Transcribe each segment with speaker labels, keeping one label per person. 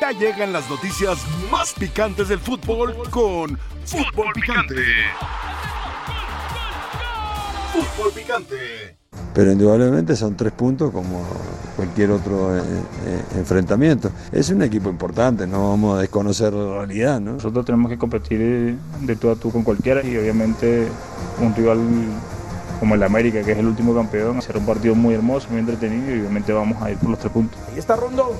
Speaker 1: Ya llegan las noticias más picantes del fútbol con Fútbol Picante. Fútbol Picante.
Speaker 2: Pero indudablemente son tres puntos como cualquier otro eh, eh, enfrentamiento. Es un equipo importante, no vamos a desconocer la realidad, ¿no?
Speaker 3: Nosotros tenemos que competir de, de tú a tú con cualquiera y obviamente un rival como el América, que es el último campeón, será un partido muy hermoso, muy entretenido y obviamente vamos a ir por los tres puntos.
Speaker 4: Ahí está Rondón,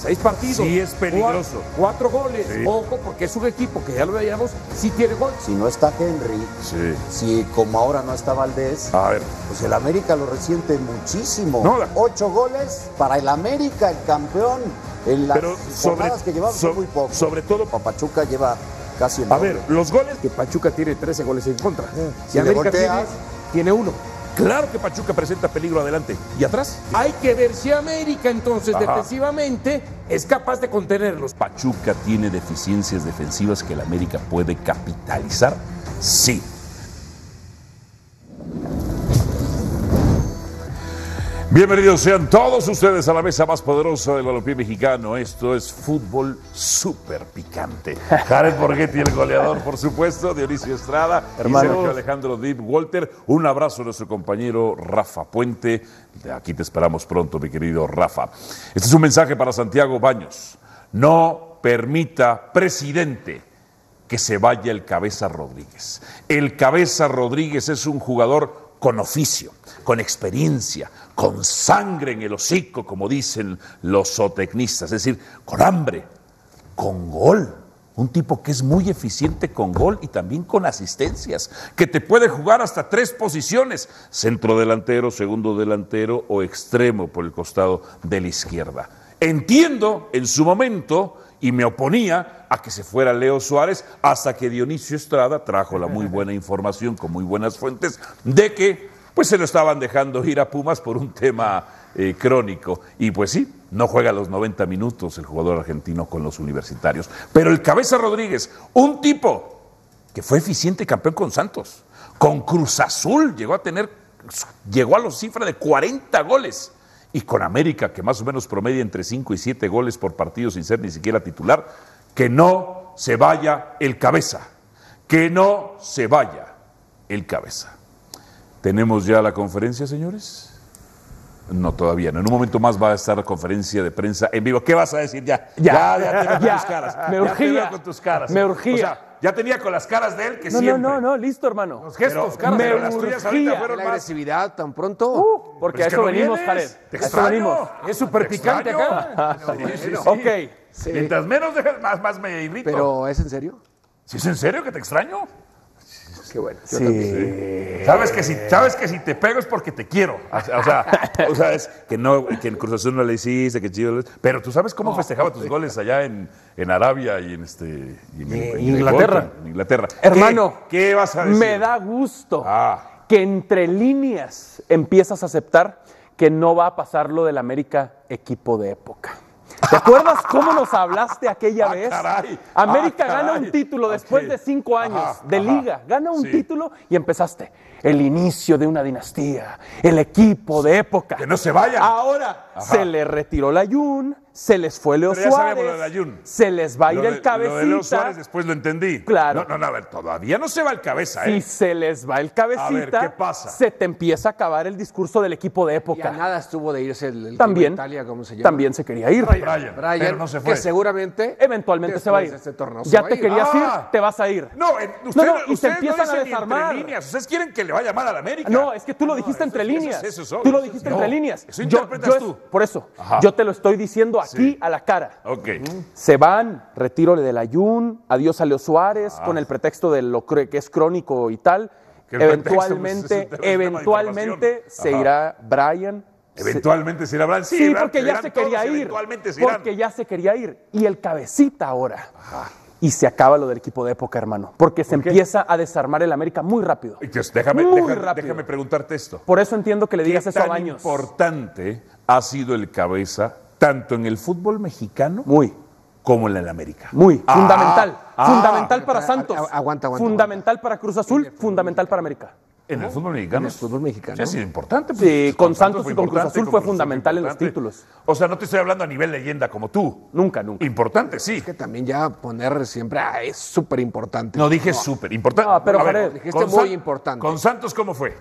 Speaker 4: seis partidos.
Speaker 5: Sí, es peligroso.
Speaker 4: Cuatro, cuatro goles, sí. ojo, porque es un equipo que ya lo veíamos, sí tiene gol.
Speaker 6: Si no está Henry, sí. si como ahora no está Valdés,
Speaker 5: a ver.
Speaker 6: pues el América lo resiente muchísimo.
Speaker 5: No, la-
Speaker 6: Ocho goles para el América, el campeón. En las
Speaker 5: Pero sobre-
Speaker 6: jornadas que llevamos
Speaker 5: so-
Speaker 6: muy poco.
Speaker 5: sobre todo-
Speaker 6: Papachuca lleva casi el
Speaker 5: A
Speaker 6: doble.
Speaker 5: ver, los goles
Speaker 4: Que Pachuca tiene 13 goles en contra. Y
Speaker 6: Si le
Speaker 4: América tiene,
Speaker 6: volteas-
Speaker 4: tiene uno.
Speaker 5: Claro que Pachuca presenta peligro adelante. ¿Y atrás?
Speaker 4: Hay que ver si América entonces
Speaker 5: Ajá.
Speaker 4: defensivamente es capaz de contenerlos.
Speaker 7: Pachuca tiene deficiencias defensivas que el América puede capitalizar. Sí.
Speaker 5: Bienvenidos sean todos ustedes a la mesa más poderosa del balompié mexicano. Esto es fútbol súper picante. Jared Borghetti, el goleador, por supuesto, Dionisio Estrada, y Sergio Alejandro Dib Walter. Un abrazo a nuestro compañero Rafa Puente. Aquí te esperamos pronto, mi querido Rafa. Este es un mensaje para Santiago Baños. No permita, presidente, que se vaya el Cabeza Rodríguez. El Cabeza Rodríguez es un jugador con oficio, con experiencia, con sangre en el hocico, como dicen los zootecnistas, es decir, con hambre, con gol. Un tipo que es muy eficiente con gol y también con asistencias, que te puede jugar hasta tres posiciones, centro delantero, segundo delantero o extremo por el costado de la izquierda. Entiendo en su momento y me oponía a que se fuera Leo Suárez hasta que Dionisio Estrada trajo la muy buena información con muy buenas fuentes de que pues se lo estaban dejando ir a Pumas por un tema eh, crónico. Y pues sí, no juega los 90 minutos el jugador argentino con los universitarios. Pero el Cabeza Rodríguez, un tipo que fue eficiente campeón con Santos, con Cruz Azul, llegó a tener, llegó a la cifra de 40 goles. Y con América, que más o menos promedia entre 5 y 7 goles por partido sin ser ni siquiera titular, que no se vaya el cabeza. Que no se vaya el cabeza. ¿Tenemos ya la conferencia, señores? No, todavía no. En un momento más va a estar la conferencia de prensa en vivo. ¿Qué vas a decir ya? Ya, ya, te veo con
Speaker 8: Ya.
Speaker 5: tus caras.
Speaker 8: Me
Speaker 5: Ya te veo
Speaker 8: urgía.
Speaker 5: con tus caras. ¿eh?
Speaker 8: Me
Speaker 5: O
Speaker 8: urgía.
Speaker 5: sea, ya tenía con las caras de él que
Speaker 8: No, no,
Speaker 5: siempre.
Speaker 8: no, no, listo, hermano.
Speaker 5: Los gestos,
Speaker 8: Pero-
Speaker 5: caras,
Speaker 8: me
Speaker 5: pero las tuyas ahorita
Speaker 8: urgía.
Speaker 5: fueron
Speaker 4: La
Speaker 5: más.
Speaker 4: agresividad tan pronto.
Speaker 8: Uh, porque
Speaker 5: Pero
Speaker 8: a
Speaker 5: es que
Speaker 8: eso
Speaker 5: no
Speaker 8: venimos,
Speaker 5: vienes.
Speaker 8: Jared.
Speaker 5: Te
Speaker 8: A eso
Speaker 5: extraño.
Speaker 8: venimos.
Speaker 4: Es súper
Speaker 5: Te
Speaker 4: picante
Speaker 5: extraño.
Speaker 4: acá.
Speaker 5: Sí, sí, sí.
Speaker 8: Ok.
Speaker 5: Mientras menos dejas, más, más me irrito.
Speaker 4: Pero ¿es en serio?
Speaker 5: ¿Si es en serio que te extraño?
Speaker 4: Qué bueno. Yo
Speaker 8: Eh.
Speaker 5: Sabes que si, sabes que si te pego es porque te quiero. O sea, o sea, o sea, es que no, que en Cruz Azul no le hiciste, que chido. le- Pero tú sabes cómo festejaba tus goles allá en, en Arabia y en este. y en- en- en
Speaker 8: Eh, Inglaterra.
Speaker 5: en Inglaterra.
Speaker 8: Hermano,
Speaker 5: ¿Qué, qué vas a decir?
Speaker 8: Me da gusto
Speaker 5: Ah.
Speaker 8: que entre líneas empiezas a aceptar que no va a pasar lo del América equipo de época. ¿Te acuerdas cómo nos hablaste aquella
Speaker 5: Ah,
Speaker 8: vez?
Speaker 5: caray.
Speaker 8: América
Speaker 5: Ah,
Speaker 8: gana
Speaker 5: caray.
Speaker 8: un título
Speaker 5: Ok.
Speaker 8: después de cinco años
Speaker 5: Ajá,
Speaker 8: de
Speaker 5: ajá.
Speaker 8: liga. Gana un
Speaker 5: Sí.
Speaker 8: título y empezaste. El inicio de una dinastía, el equipo de época.
Speaker 5: Que no se vayan.
Speaker 8: Ahora se le retiró la Jun, se les fue Leo
Speaker 5: Pero ya
Speaker 8: Suárez.
Speaker 5: sabíamos lo de la Jun.
Speaker 8: Se les va a ir
Speaker 5: Lo de-
Speaker 8: el cabecita.
Speaker 5: Lo de Leo Suárez después lo entendí.
Speaker 8: Claro.
Speaker 5: No, no, no, a ver, todavía no se va el cabeza,
Speaker 8: Si
Speaker 5: ¿eh?
Speaker 8: se les va el cabecita,
Speaker 5: A ver, ¿qué pasa?
Speaker 8: se te empieza a acabar el discurso del equipo de
Speaker 4: Y a
Speaker 8: época.
Speaker 4: nada estuvo de irse el, el
Speaker 8: también,
Speaker 4: de Italia, ¿cómo se llama?
Speaker 8: también se quería ir.
Speaker 4: Brian,
Speaker 5: Brian, pero no se fue.
Speaker 4: que seguramente
Speaker 8: Eventualmente se va a ir.
Speaker 4: después de este torneo se
Speaker 8: ya
Speaker 4: va
Speaker 8: te
Speaker 4: a ir.
Speaker 8: querías
Speaker 5: Ah.
Speaker 8: ir, te vas a ir.
Speaker 5: No, en- ustedes,
Speaker 8: y te
Speaker 5: ustedes
Speaker 8: empiezan
Speaker 5: no dicen
Speaker 8: a
Speaker 5: ni entre
Speaker 8: desarmar.
Speaker 5: líneas. Ustedes quieren que le vaya mal a la América.
Speaker 8: No, es que tú lo
Speaker 5: No,
Speaker 8: dijiste
Speaker 5: eso-
Speaker 8: entre
Speaker 5: eso-
Speaker 8: líneas.
Speaker 5: eso es obvio,
Speaker 8: tú lo
Speaker 5: eso es-
Speaker 8: dijiste
Speaker 5: no,
Speaker 8: entre líneas.
Speaker 5: Eso
Speaker 8: Yo-
Speaker 5: interpretas
Speaker 8: yo es-
Speaker 5: tú.
Speaker 8: Por eso,
Speaker 5: Ajá.
Speaker 8: yo te lo estoy diciendo aquí
Speaker 5: Sí.
Speaker 8: a la cara.
Speaker 5: Ok.
Speaker 8: Se van, retiro de la Jun, adiós a Leo Suárez, con el pretexto de lo cre- que es crónico y tal.
Speaker 5: Ah. Que el pretexto, pues,
Speaker 8: Eventualmente,
Speaker 5: es un tema de
Speaker 8: eventualmente
Speaker 5: información.
Speaker 8: se
Speaker 5: Ajá.
Speaker 8: irá Brian. se-
Speaker 5: Eventualmente se irá Brian.
Speaker 8: Sí,
Speaker 5: irán-
Speaker 8: porque ya
Speaker 5: irán
Speaker 8: se
Speaker 5: todos,
Speaker 8: quería ir.
Speaker 5: Eventualmente se irán.
Speaker 8: Porque ya se quería ir. Y el cabecita ahora. Y se acaba lo del equipo de época, hermano. Porque se empieza a desarmar el América muy rápido.
Speaker 5: Entonces, déjame,
Speaker 8: Muy
Speaker 5: déjame,
Speaker 8: rápido.
Speaker 5: déjame preguntarte esto.
Speaker 8: Por eso entiendo que le digas
Speaker 5: ¿Qué
Speaker 8: eso a
Speaker 5: tan
Speaker 8: Baños.
Speaker 5: importante ha sido el cabeza tanto en el fútbol mexicano
Speaker 8: Muy,
Speaker 5: como en el América?
Speaker 8: muy.
Speaker 5: Ah,
Speaker 8: fundamental.
Speaker 5: ah.
Speaker 8: fundamental para
Speaker 4: Ah,
Speaker 8: Santos.
Speaker 4: ah, aguanta, aguanta,
Speaker 8: Fundamental para Cruz Azul. Fundamental para América.
Speaker 5: En el fútbol mexicano.
Speaker 9: En el fútbol mexicano.
Speaker 5: Sí, ha sido importante. pues,
Speaker 8: Sí, con Santos
Speaker 5: fue
Speaker 8: y con Cruz
Speaker 5: importante,
Speaker 8: Azul fue
Speaker 5: Cruz
Speaker 8: fundamental en los
Speaker 5: importante.
Speaker 8: títulos.
Speaker 5: O sea, no te estoy hablando a nivel leyenda como tú.
Speaker 8: Nunca, nunca.
Speaker 5: Importante, sí.
Speaker 9: Que también ya poner siempre ah, es súper importante.
Speaker 5: No dije súper importante.
Speaker 8: No, pero,
Speaker 5: A ver,
Speaker 8: Jared,
Speaker 9: dijiste
Speaker 5: con
Speaker 9: muy
Speaker 5: San-
Speaker 9: importante.
Speaker 5: ¿Con Santos cómo fue?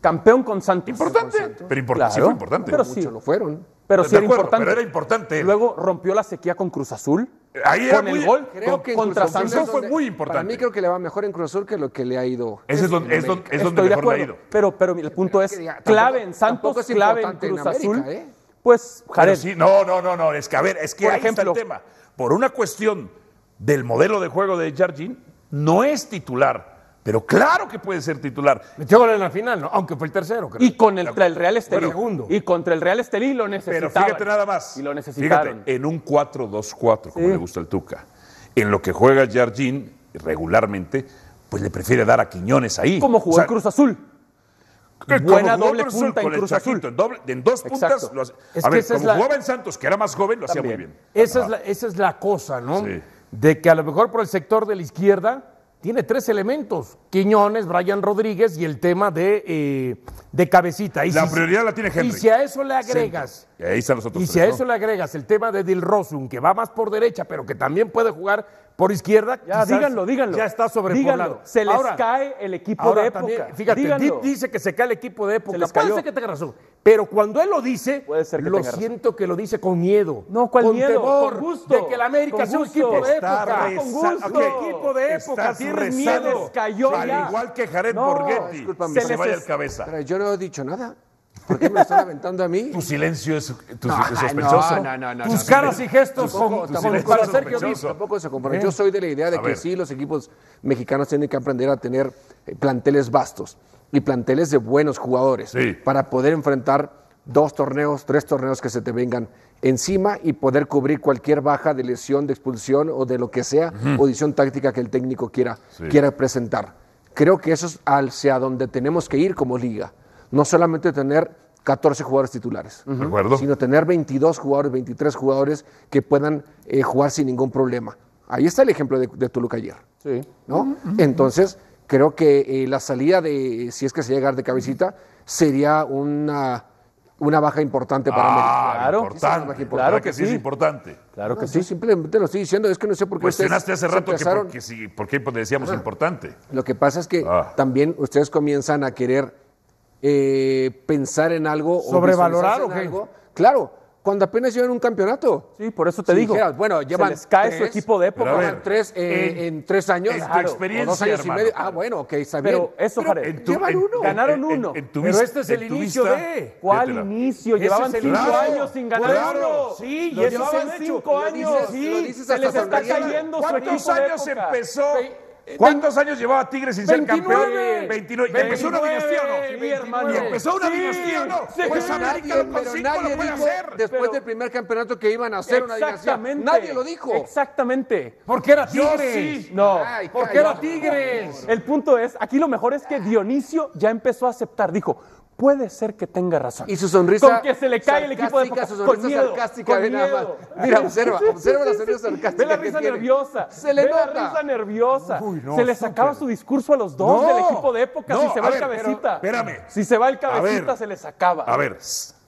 Speaker 8: Campeón con Santos.
Speaker 5: Importante. Pero importante, sí
Speaker 8: Claro.
Speaker 5: fue importante.
Speaker 8: Pero
Speaker 9: Muchos
Speaker 8: sí,
Speaker 9: lo fueron.
Speaker 8: pero
Speaker 5: De
Speaker 8: sí era
Speaker 5: acuerdo,
Speaker 8: importante.
Speaker 5: pero era importante.
Speaker 8: Luego rompió la sequía con Cruz Azul.
Speaker 5: Ahí era
Speaker 8: con el
Speaker 5: muy-
Speaker 8: gol
Speaker 9: Creo
Speaker 8: con-
Speaker 9: que en
Speaker 8: contra
Speaker 9: Cruz Azul
Speaker 8: Santos.
Speaker 9: es
Speaker 5: fue
Speaker 9: donde-
Speaker 5: muy importante.
Speaker 9: Para mí creo que le va mejor en Cruz Azul que lo que le ha ido.
Speaker 5: Ese es donde, es donde, es donde mejor le ha ido.
Speaker 8: Pero, pero el punto
Speaker 9: que
Speaker 8: es
Speaker 9: diga, tampoco-
Speaker 8: clave en Santos,
Speaker 9: tampoco es
Speaker 8: clave en
Speaker 9: importante
Speaker 8: Cruz
Speaker 9: en América,
Speaker 8: Azul.
Speaker 9: ¿eh?
Speaker 8: Pues,
Speaker 5: Pero
Speaker 8: Jared,
Speaker 5: sí, no, no, no, no. Es que, a ver, es que
Speaker 8: Por
Speaker 5: ahí está
Speaker 8: ejemplo.
Speaker 5: el tema. Por una cuestión del modelo de juego de Jardín, no es titular. Pero claro que puede ser titular.
Speaker 9: Metió gol en la final, ¿no? Aunque fue el tercero, creo.
Speaker 8: y con el, el Real Estelí.
Speaker 5: Bueno, segundo.
Speaker 8: y contra el Real Estelí lo
Speaker 5: Pero
Speaker 8: necesitaban.
Speaker 5: fíjate Eh, nada más.
Speaker 8: Y lo necesitaron.
Speaker 5: Fíjate, en un 4-2-4, como
Speaker 8: Sí.
Speaker 5: le gusta el Tuca, en lo que juega Jardín regularmente, pues le prefiere dar a Quiñones ahí.
Speaker 8: Como jugó
Speaker 5: O sea,
Speaker 8: en Cruz Azul.
Speaker 5: que como
Speaker 8: buena
Speaker 5: jugó
Speaker 8: doble
Speaker 5: Cruz Azul
Speaker 8: punta en
Speaker 5: con el
Speaker 8: Cruz Azul.
Speaker 5: Chaquito, En, doble- en dos puntas.
Speaker 8: Exacto.
Speaker 5: lo hace-
Speaker 9: Es
Speaker 5: a
Speaker 9: que
Speaker 5: ver,
Speaker 9: esa es
Speaker 5: como
Speaker 9: la-
Speaker 5: jugaba en Santos, que era más joven, lo hacía muy
Speaker 8: También.
Speaker 5: bien.
Speaker 9: Esa es, la, esa es la cosa, ¿no?
Speaker 5: Sí.
Speaker 9: De que a lo mejor por el sector de la izquierda tiene tres elementos: Quiñones, Brian Rodríguez y el tema de, eh, de cabecita. Y
Speaker 5: La prioridad la tiene Henry.
Speaker 9: Y si a eso le agregas.
Speaker 5: Y ahí están los otros
Speaker 9: Y si
Speaker 5: tres,
Speaker 9: a
Speaker 5: ¿no?
Speaker 9: eso le agregas el tema de Dil Rosum, que va más por derecha, pero que también puede jugar por izquierda. pues
Speaker 8: Ya,
Speaker 9: quizás
Speaker 8: díganlo, díganlo.
Speaker 9: Ya está
Speaker 8: Díganlo.
Speaker 9: sobrepoblado.
Speaker 8: Se les
Speaker 9: Ahora-
Speaker 8: cae el equipo
Speaker 9: Ahora
Speaker 8: de época.
Speaker 9: también, fíjate,
Speaker 8: díganlo.
Speaker 9: Dip dice que se cae el equipo de época.
Speaker 8: Se les
Speaker 9: Puede
Speaker 8: cayó.
Speaker 9: ser que tenga razón. Pero cuando él lo dice,
Speaker 8: Puede ser que
Speaker 9: lo
Speaker 8: tenga razón.
Speaker 9: siento que lo dice con miedo.
Speaker 8: No, ¿cuál
Speaker 9: con
Speaker 8: miedo?
Speaker 9: Temor
Speaker 8: Con gusto,
Speaker 9: De que el América
Speaker 8: con
Speaker 9: sea un
Speaker 8: gusto.
Speaker 9: equipo de
Speaker 8: Está
Speaker 9: época.
Speaker 8: reza-
Speaker 9: Con gusto.
Speaker 8: ok.
Speaker 9: Un equipo de época.
Speaker 5: Estás
Speaker 9: Tienes
Speaker 5: rezando.
Speaker 9: miedo.
Speaker 8: cayó
Speaker 5: Al
Speaker 8: ya.
Speaker 5: igual que Jared
Speaker 8: No,
Speaker 5: Borghetti.
Speaker 9: discúlpame.
Speaker 5: Se,
Speaker 8: Se
Speaker 5: le
Speaker 8: les
Speaker 5: vaya
Speaker 8: es-
Speaker 5: el cabeza.
Speaker 9: Pero yo no he dicho nada. ¿Por qué me lo están aventando a mí?
Speaker 5: Tu silencio es tu
Speaker 9: No,
Speaker 5: es sospechoso.
Speaker 9: no, no, no,
Speaker 5: Tus
Speaker 9: no,
Speaker 5: caras
Speaker 9: no.
Speaker 5: y gestos
Speaker 9: Tampoco,
Speaker 5: son
Speaker 9: tampoco,
Speaker 5: silencio
Speaker 9: para ser que
Speaker 5: sospechoso.
Speaker 9: tampoco se compara. Yo soy de la idea de
Speaker 5: A
Speaker 9: que
Speaker 5: ver.
Speaker 9: sí, los equipos mexicanos tienen que aprender a tener eh, planteles vastos y planteles de buenos jugadores
Speaker 5: Sí.
Speaker 9: para poder enfrentar dos torneos, tres torneos que se te vengan encima y poder cubrir cualquier baja de lesión, de expulsión o de lo que sea, o decisión táctica que el técnico quiera, quiera presentar. Creo que eso es hacia donde tenemos que ir como liga. No solamente tener 14 jugadores titulares
Speaker 5: De acuerdo.
Speaker 9: sino tener 22 jugadores, 23 jugadores que puedan eh, jugar sin ningún problema. Ahí está el ejemplo de, de Toluca ayer. ¿no? Entonces, creo que eh, la salida de, si es que se llega a dar de cabecita, sería una, una baja importante para
Speaker 5: Ah,
Speaker 9: América.
Speaker 8: Claro.
Speaker 5: importante.
Speaker 9: Sí,
Speaker 5: Claro que sí es importante.
Speaker 8: Claro que
Speaker 9: No,
Speaker 8: sí.
Speaker 9: yo simplemente lo estoy diciendo, es que no sé por qué ustedes
Speaker 5: Cuestionaste hace
Speaker 9: se
Speaker 5: rato que
Speaker 9: empezaron-
Speaker 5: por qué sí, por qué decíamos importante.
Speaker 9: Lo que pasa es que
Speaker 5: Ah.
Speaker 9: también ustedes comienzan a querer eh, pensar en algo. o
Speaker 8: ¿Sobrevalorar
Speaker 9: visualizarse en
Speaker 8: o qué?
Speaker 9: algo. Claro, cuando apenas llevan un campeonato.
Speaker 8: Sí, por eso te
Speaker 9: Si
Speaker 8: digo.
Speaker 9: dijeras, bueno, llevan
Speaker 8: se les cae su
Speaker 9: tres,
Speaker 8: equipo de
Speaker 5: pero a
Speaker 8: época.
Speaker 5: ver,
Speaker 9: Llevan tres eh, en,
Speaker 5: en-
Speaker 9: tres años.
Speaker 5: en tu
Speaker 9: Claro,
Speaker 5: experiencia,
Speaker 9: o dos años
Speaker 5: hermano.
Speaker 9: y medio. Ah, bueno, ok, está bien.
Speaker 8: Pero eso, Jared.
Speaker 5: En tu-
Speaker 9: llevan
Speaker 5: en-
Speaker 9: uno.
Speaker 5: en-
Speaker 8: Ganaron
Speaker 5: en- en-
Speaker 8: uno.
Speaker 5: en tu
Speaker 9: Pero
Speaker 5: vis-
Speaker 9: este es el
Speaker 5: en tu
Speaker 9: inicio
Speaker 5: vista,
Speaker 9: de-
Speaker 8: ¿Cuál
Speaker 5: etcétera.
Speaker 8: inicio?
Speaker 9: Ese
Speaker 8: Llevaban
Speaker 9: es el
Speaker 8: cinco
Speaker 9: inicio.
Speaker 8: años sin ganar
Speaker 5: Claro.
Speaker 8: uno.
Speaker 9: Sí,
Speaker 8: lo
Speaker 9: y eso
Speaker 8: llevaban
Speaker 9: se ha hecho.
Speaker 8: cinco
Speaker 9: Lo
Speaker 8: años.
Speaker 9: dices- lo dices
Speaker 8: se
Speaker 9: hasta
Speaker 8: les está
Speaker 9: sonriendo.
Speaker 8: cayendo su
Speaker 5: ¿Cuántos
Speaker 8: equipo de
Speaker 5: años
Speaker 8: época.
Speaker 5: empezó?
Speaker 9: Ve- eh,
Speaker 5: ¿Cuántos años llevaba Tigres sin ser
Speaker 9: 29.
Speaker 5: campeón? 29. ¿Y empezó una dinastía o no?
Speaker 9: 29,
Speaker 8: Sí, hermano.
Speaker 5: ¿Y empezó una
Speaker 8: Sí,
Speaker 5: dinastía o no?
Speaker 8: sí,
Speaker 5: pues
Speaker 9: Pero
Speaker 5: América
Speaker 9: nadie-
Speaker 5: con
Speaker 9: pero
Speaker 5: cinco
Speaker 9: nadie
Speaker 5: lo puede
Speaker 9: dijo
Speaker 5: hacer.
Speaker 9: después
Speaker 8: Pero-
Speaker 9: del primer campeonato que iban a hacer una dinastía.
Speaker 8: Exactamente.
Speaker 9: Nadie lo dijo.
Speaker 8: Exactamente.
Speaker 9: Porque era
Speaker 5: Yo
Speaker 9: Tigres.
Speaker 5: sí.
Speaker 8: No.
Speaker 9: Ay,
Speaker 8: Porque era
Speaker 9: cállate.
Speaker 8: Tigres. El punto es, aquí lo mejor es que Dionisio ya empezó a aceptar. Dijo, puede ser que tenga razón.
Speaker 9: Y su sonrisa.
Speaker 8: Con que se le cae el equipo de
Speaker 9: sarcástica,
Speaker 8: época.
Speaker 9: Su sonrisa
Speaker 8: Con miedo,
Speaker 9: sarcástica,
Speaker 8: con
Speaker 9: ve nada
Speaker 8: miedo.
Speaker 9: más. Mira, observa,
Speaker 8: Sí, sí,
Speaker 9: observa la
Speaker 8: sí,
Speaker 9: sonrisa
Speaker 8: sí, sí.
Speaker 9: sarcástica.
Speaker 8: Ve la
Speaker 9: que
Speaker 8: risa
Speaker 9: tiene.
Speaker 8: nerviosa.
Speaker 9: Se le
Speaker 8: ve
Speaker 9: nota.
Speaker 8: la risa nerviosa.
Speaker 9: Uy, no,
Speaker 8: se le sacaba su discurso a los dos
Speaker 9: No.
Speaker 8: del equipo de época. si
Speaker 5: No,
Speaker 8: se
Speaker 5: a
Speaker 8: va el
Speaker 5: ver,
Speaker 8: cabecita.
Speaker 5: pero- espérame.
Speaker 8: Si se va el cabecita,
Speaker 5: ver.
Speaker 8: se le sacaba.
Speaker 5: A ver,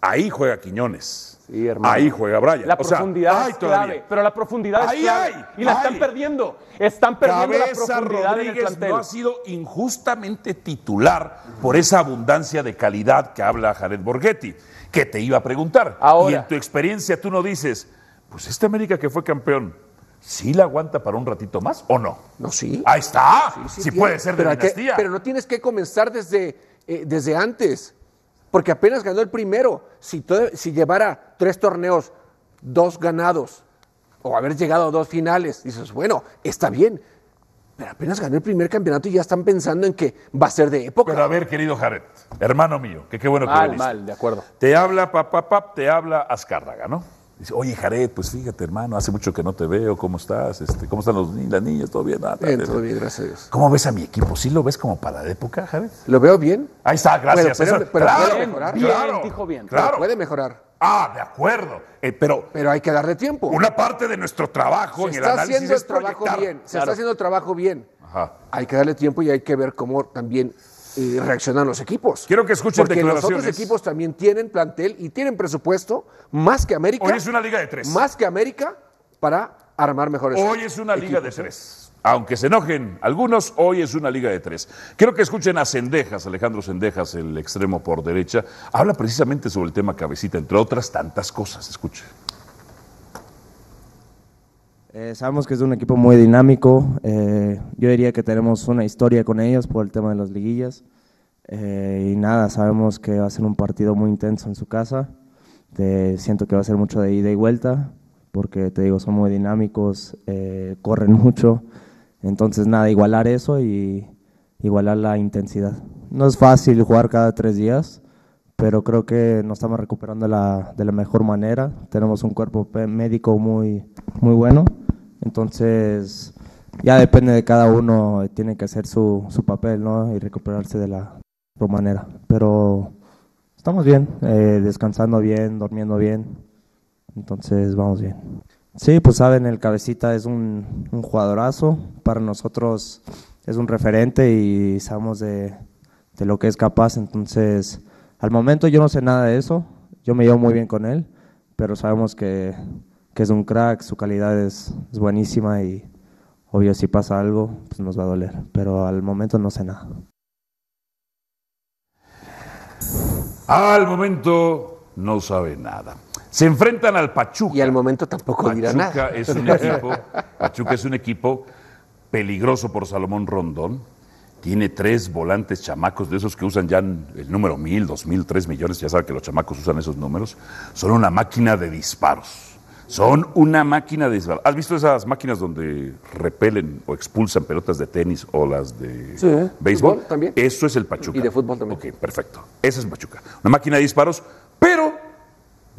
Speaker 5: ahí juega Quiñones.
Speaker 8: Sí, hermano.
Speaker 5: Ahí juega Brian.
Speaker 8: La
Speaker 5: O sea,
Speaker 8: profundidad
Speaker 5: hay
Speaker 8: es
Speaker 5: todavía.
Speaker 8: clave, pero la profundidad
Speaker 5: Ahí
Speaker 8: es clave.
Speaker 5: hay,
Speaker 8: y la están
Speaker 5: hay.
Speaker 8: perdiendo. Están perdiendo la
Speaker 5: Cabeza
Speaker 8: profundidad en el
Speaker 5: Rodríguez
Speaker 8: plantel.
Speaker 5: no ha sido injustamente titular por esa abundancia de calidad que habla Jared Borghetti, que te iba a preguntar.
Speaker 8: Ahora.
Speaker 5: Y en tu experiencia tú no dices, pues este América que fue campeón, ¿sí la aguanta para un ratito más o no?
Speaker 9: No, sí.
Speaker 5: Ahí está. Ah, Sí,
Speaker 9: tiene,
Speaker 5: puede ser de
Speaker 9: pero hay que-
Speaker 5: dinastía.
Speaker 9: pero no tienes que comenzar desde, eh, desde antes, porque apenas ganó el primero. Si, to- si llevara tres torneos, dos ganados, o haber llegado a dos finales, dices, bueno, está bien. Pero apenas ganó el primer campeonato y ya están pensando en que va a ser de época.
Speaker 5: Pero a ver, querido Jared, hermano mío, que qué bueno que
Speaker 8: Mal,
Speaker 5: viniste.
Speaker 8: mal, de acuerdo.
Speaker 5: Te habla papá, te habla Azcárraga, ¿no? Dice, oye, Jared, pues fíjate, hermano, hace mucho que no te veo, ¿cómo estás? Este, ¿Cómo están los ni las niñas? ¿Todo bien? Ah,
Speaker 9: Bien,
Speaker 5: tal,
Speaker 9: todo
Speaker 5: tal.
Speaker 9: bien, gracias a Dios.
Speaker 5: ¿Cómo ves a mi equipo? ¿Sí lo ves como para la época, Jared?
Speaker 9: ¿Lo veo bien?
Speaker 5: Ahí está, gracias.
Speaker 9: Pero-
Speaker 5: Eso-
Speaker 9: pero
Speaker 5: claro,
Speaker 9: puede
Speaker 8: Bien,
Speaker 9: mejorar.
Speaker 8: bien,
Speaker 5: claro,
Speaker 8: dijo bien.
Speaker 5: Claro.
Speaker 9: Puede mejorar,
Speaker 5: Ah, de acuerdo. Eh, pero
Speaker 9: pero hay que darle tiempo.
Speaker 5: una parte de nuestro trabajo
Speaker 9: se
Speaker 5: en el
Speaker 9: está
Speaker 5: análisis
Speaker 9: haciendo
Speaker 5: es
Speaker 9: el trabajo
Speaker 5: proyectar.
Speaker 9: bien. Se
Speaker 8: Claro.
Speaker 9: está haciendo el trabajo bien.
Speaker 5: Ajá.
Speaker 9: Hay que darle tiempo y hay que ver cómo también eh, reaccionan los equipos.
Speaker 5: Quiero que escuchen
Speaker 9: Porque los otros
Speaker 5: declaraciones.
Speaker 9: equipos también tienen plantel y tienen presupuesto, más que América.
Speaker 5: Hoy es una liga de tres.
Speaker 9: Más que América para armar mejores.
Speaker 5: Hoy es una liga de tres. Aunque se enojen algunos, hoy es una liga de tres. Quiero que escuchen a Cendejas, Alejandro Cendejas, el extremo por derecha. Habla precisamente sobre el tema cabecita, entre otras tantas cosas. Escuchen.
Speaker 10: Eh, sabemos que es un equipo muy dinámico. eh, yo diría que tenemos una historia con ellos por el tema de las liguillas. eh, y nada, sabemos que va a ser un partido muy intenso en su casa. Te- siento que va a ser mucho de ida y vuelta, porque te digo, son muy dinámicos, eh, corren mucho. Entonces, nada, igualar eso y igualar la intensidad. No es fácil jugar cada tres días, pero creo que nos estamos recuperando de la, de la mejor manera. Tenemos un cuerpo pe- médico muy, muy bueno. Entonces, ya depende de cada uno, eh, tiene que hacer su, su papel ¿no? y recuperarse de la mejor manera. Pero estamos bien, eh, descansando bien, durmiendo bien. Entonces, vamos bien. Sí, pues saben, el cabecita es un, un jugadorazo. Para nosotros es un referente y sabemos de, de lo que es capaz. Entonces, al momento yo no sé nada de eso. Yo me llevo muy bien con él, pero sabemos que, que es un crack, su calidad es, es buenísima y obvio si pasa algo, pues nos va a doler. Pero al momento no sé nada.
Speaker 5: Al momento no sabe nada. Se enfrentan al Pachuca.
Speaker 9: Y al momento tampoco dirá
Speaker 5: Pachuca
Speaker 9: nada.
Speaker 5: es un equipo, Pachuca es un equipo peligroso por Salomón Rondón. Tiene tres volantes chamacos de esos que usan ya el número mil, dos mil, tres millones. Ya saben que los chamacos usan esos números. Son una máquina de disparos. Son una máquina de disparos. ¿Has visto esas máquinas donde repelen o expulsan pelotas de tenis o las de
Speaker 9: Sí, ¿eh?
Speaker 5: béisbol?
Speaker 9: Fútbol también.
Speaker 5: Eso es el Pachuca.
Speaker 9: Y de fútbol también.
Speaker 5: Ok, perfecto. Esa es Pachuca. Una máquina de disparos, pero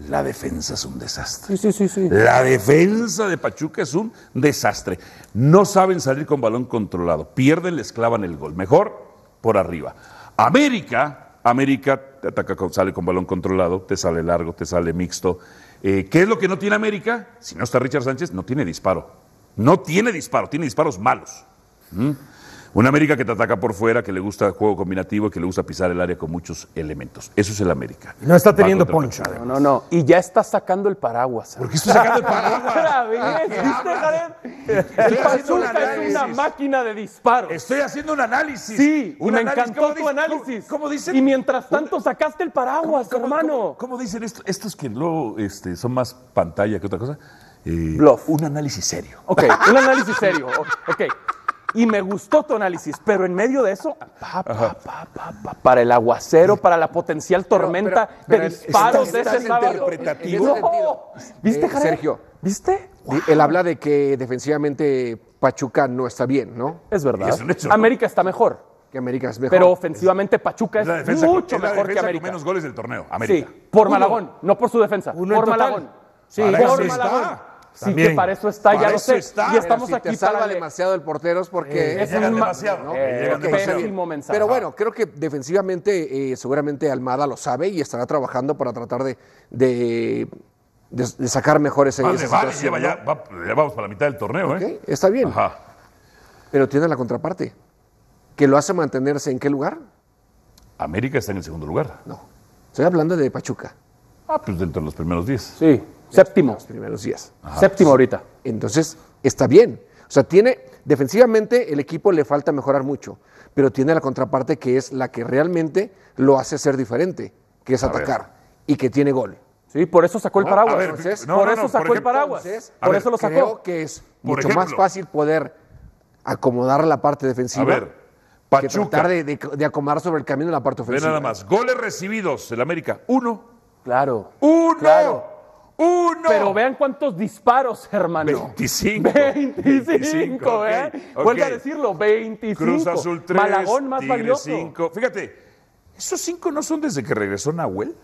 Speaker 5: la defensa es un desastre.
Speaker 4: Sí, sí, sí, sí.
Speaker 5: La defensa de Pachuca es un desastre. No saben salir con balón controlado. Pierden, les clavan el gol. Mejor por arriba. América, América te ataca con, sale con balón controlado, te sale largo, te sale mixto. Eh, ¿Qué es lo que no tiene América? Si no está Richard Sánchez, no tiene disparo. No tiene disparo, tiene disparos malos. ¿Mm? Una América que te ataca por fuera, que le gusta el juego combinativo, que le gusta pisar el área con muchos elementos. Eso es el América.
Speaker 11: No está
Speaker 5: Va
Speaker 11: teniendo
Speaker 5: contra
Speaker 11: poncho.
Speaker 5: Pachuca,
Speaker 8: No, no, no. Y ya está sacando el paraguas.
Speaker 5: ¿Por qué estoy sacando el paraguas?
Speaker 8: Otra
Speaker 5: Ah,
Speaker 8: vez, ¿viste, Jared?
Speaker 5: Estoy
Speaker 8: El
Speaker 5: haciendo un
Speaker 8: Pachuca es una
Speaker 5: análisis.
Speaker 8: máquina de disparos.
Speaker 5: Estoy haciendo un análisis.
Speaker 8: Sí, y
Speaker 5: un
Speaker 8: me
Speaker 5: análisis.
Speaker 8: encantó
Speaker 5: ¿Cómo
Speaker 8: tu
Speaker 5: dice-
Speaker 8: análisis.
Speaker 5: ¿Cómo, cómo dicen?
Speaker 8: Y mientras tanto sacaste el paraguas,
Speaker 5: ¿Cómo-
Speaker 8: hermano.
Speaker 5: cómo- cómo dicen esto? estos que luego este, son más pantalla que otra cosa? Eh,
Speaker 8: Bluff.
Speaker 5: Un análisis serio.
Speaker 8: Ok, un análisis serio. o- Ok. Y me gustó tu análisis, pero en medio de eso, ah, pa, pa, pa, pa, pa, para el aguacero, para la potencial tormenta
Speaker 9: pero
Speaker 8: de
Speaker 9: el-
Speaker 8: disparos
Speaker 9: estás-
Speaker 8: de ese
Speaker 9: estás
Speaker 8: sábado.
Speaker 9: interpretativo.
Speaker 8: No.
Speaker 9: En ese sentido.
Speaker 8: ¿Viste,
Speaker 9: Eh,
Speaker 8: Jared?
Speaker 9: Sergio.
Speaker 8: ¿Viste?
Speaker 9: Di- Él habla de que defensivamente Pachuca no está bien, ¿no?
Speaker 8: Es verdad.
Speaker 5: Es un hecho.
Speaker 8: América está mejor,
Speaker 9: Que América es mejor.
Speaker 8: pero ofensivamente Pachuca es
Speaker 5: la defensa,
Speaker 8: mucho
Speaker 5: es la
Speaker 8: mejor que
Speaker 5: defensa con
Speaker 8: América.
Speaker 5: menos goles del torneo.
Speaker 8: Sí,
Speaker 5: América.
Speaker 8: por Malagón, no por su defensa.
Speaker 11: Uno
Speaker 8: por
Speaker 11: en total.
Speaker 8: Malagón. Sí,
Speaker 5: Para eso
Speaker 8: por
Speaker 5: está.
Speaker 8: Malagón. Sí,
Speaker 11: También.
Speaker 8: que para eso está,
Speaker 5: Para
Speaker 8: ya lo
Speaker 5: eso
Speaker 8: sé.
Speaker 5: está.
Speaker 8: Y
Speaker 5: Pero
Speaker 8: estamos
Speaker 9: si
Speaker 8: aquí
Speaker 9: te
Speaker 8: para
Speaker 9: salva
Speaker 8: le- Eh,
Speaker 9: demasiado el portero es porque
Speaker 8: es
Speaker 5: Llegan
Speaker 8: un ma-
Speaker 5: demasiado.
Speaker 9: ¿no?
Speaker 5: eh,
Speaker 8: Eh,
Speaker 5: llegan
Speaker 9: Ok,
Speaker 8: qué
Speaker 9: está
Speaker 5: demasiado.
Speaker 9: bien.
Speaker 8: pésimo mensaje.
Speaker 9: Pero bueno, creo que defensivamente eh, seguramente Almada lo sabe y estará trabajando para tratar de, de, de- de sacar mejores
Speaker 5: Vale,
Speaker 9: esa
Speaker 5: vale,
Speaker 9: situación,
Speaker 5: lleva ya, va- ya vamos para la mitad del torneo,
Speaker 9: ¿no?
Speaker 5: ¿eh?
Speaker 9: Ok, Está bien,
Speaker 5: Ajá.
Speaker 9: pero tiene la contraparte. ¿Que lo hace mantenerse en qué lugar?
Speaker 5: América está en el segundo lugar.
Speaker 9: No. Estoy hablando de Pachuca,
Speaker 5: Ah, pues dentro de los primeros 10.
Speaker 8: Sí, séptimo.
Speaker 9: los primeros días.
Speaker 8: Séptimo ahorita.
Speaker 9: Entonces, está bien. O sea, tiene, defensivamente el equipo le falta mejorar mucho, pero tiene la contraparte que es la que realmente lo hace ser diferente, que es
Speaker 5: ver.
Speaker 9: atacar y que tiene gol.
Speaker 8: Sí, por eso sacó el
Speaker 5: Ah, a ver,
Speaker 8: paraguas. ¿eh?
Speaker 5: entonces- no,
Speaker 8: por
Speaker 5: no,
Speaker 8: eso
Speaker 5: no,
Speaker 8: sacó
Speaker 5: por
Speaker 8: el
Speaker 5: ejemplo,
Speaker 8: paraguas.
Speaker 9: entonces,
Speaker 5: a
Speaker 8: por
Speaker 5: ver,
Speaker 8: eso lo
Speaker 9: Creo
Speaker 8: sacó.
Speaker 9: que es
Speaker 5: Por
Speaker 9: mucho más
Speaker 5: ejemplo.
Speaker 9: fácil poder acomodar la parte
Speaker 5: A
Speaker 9: defensiva
Speaker 5: ver,
Speaker 9: que
Speaker 5: Pachuca.
Speaker 9: tratar de, de- de acomodar sobre el camino la parte
Speaker 5: Ve
Speaker 9: ofensiva.
Speaker 5: nada más. Goles recibidos. El América, uno.
Speaker 8: Claro.
Speaker 5: ¡Uno!
Speaker 8: Claro.
Speaker 5: ¡Uno!
Speaker 8: Pero vean cuántos disparos, hermano.
Speaker 5: 25.
Speaker 8: 25, ¿eh?
Speaker 5: ok, ok.
Speaker 8: Vuelve a decirlo, 25.
Speaker 5: Cruz Azul 3.
Speaker 8: Malagón más
Speaker 5: Tigres
Speaker 8: valioso.
Speaker 5: 5. Fíjate, esos 5 no son desde que regresó Nahuel.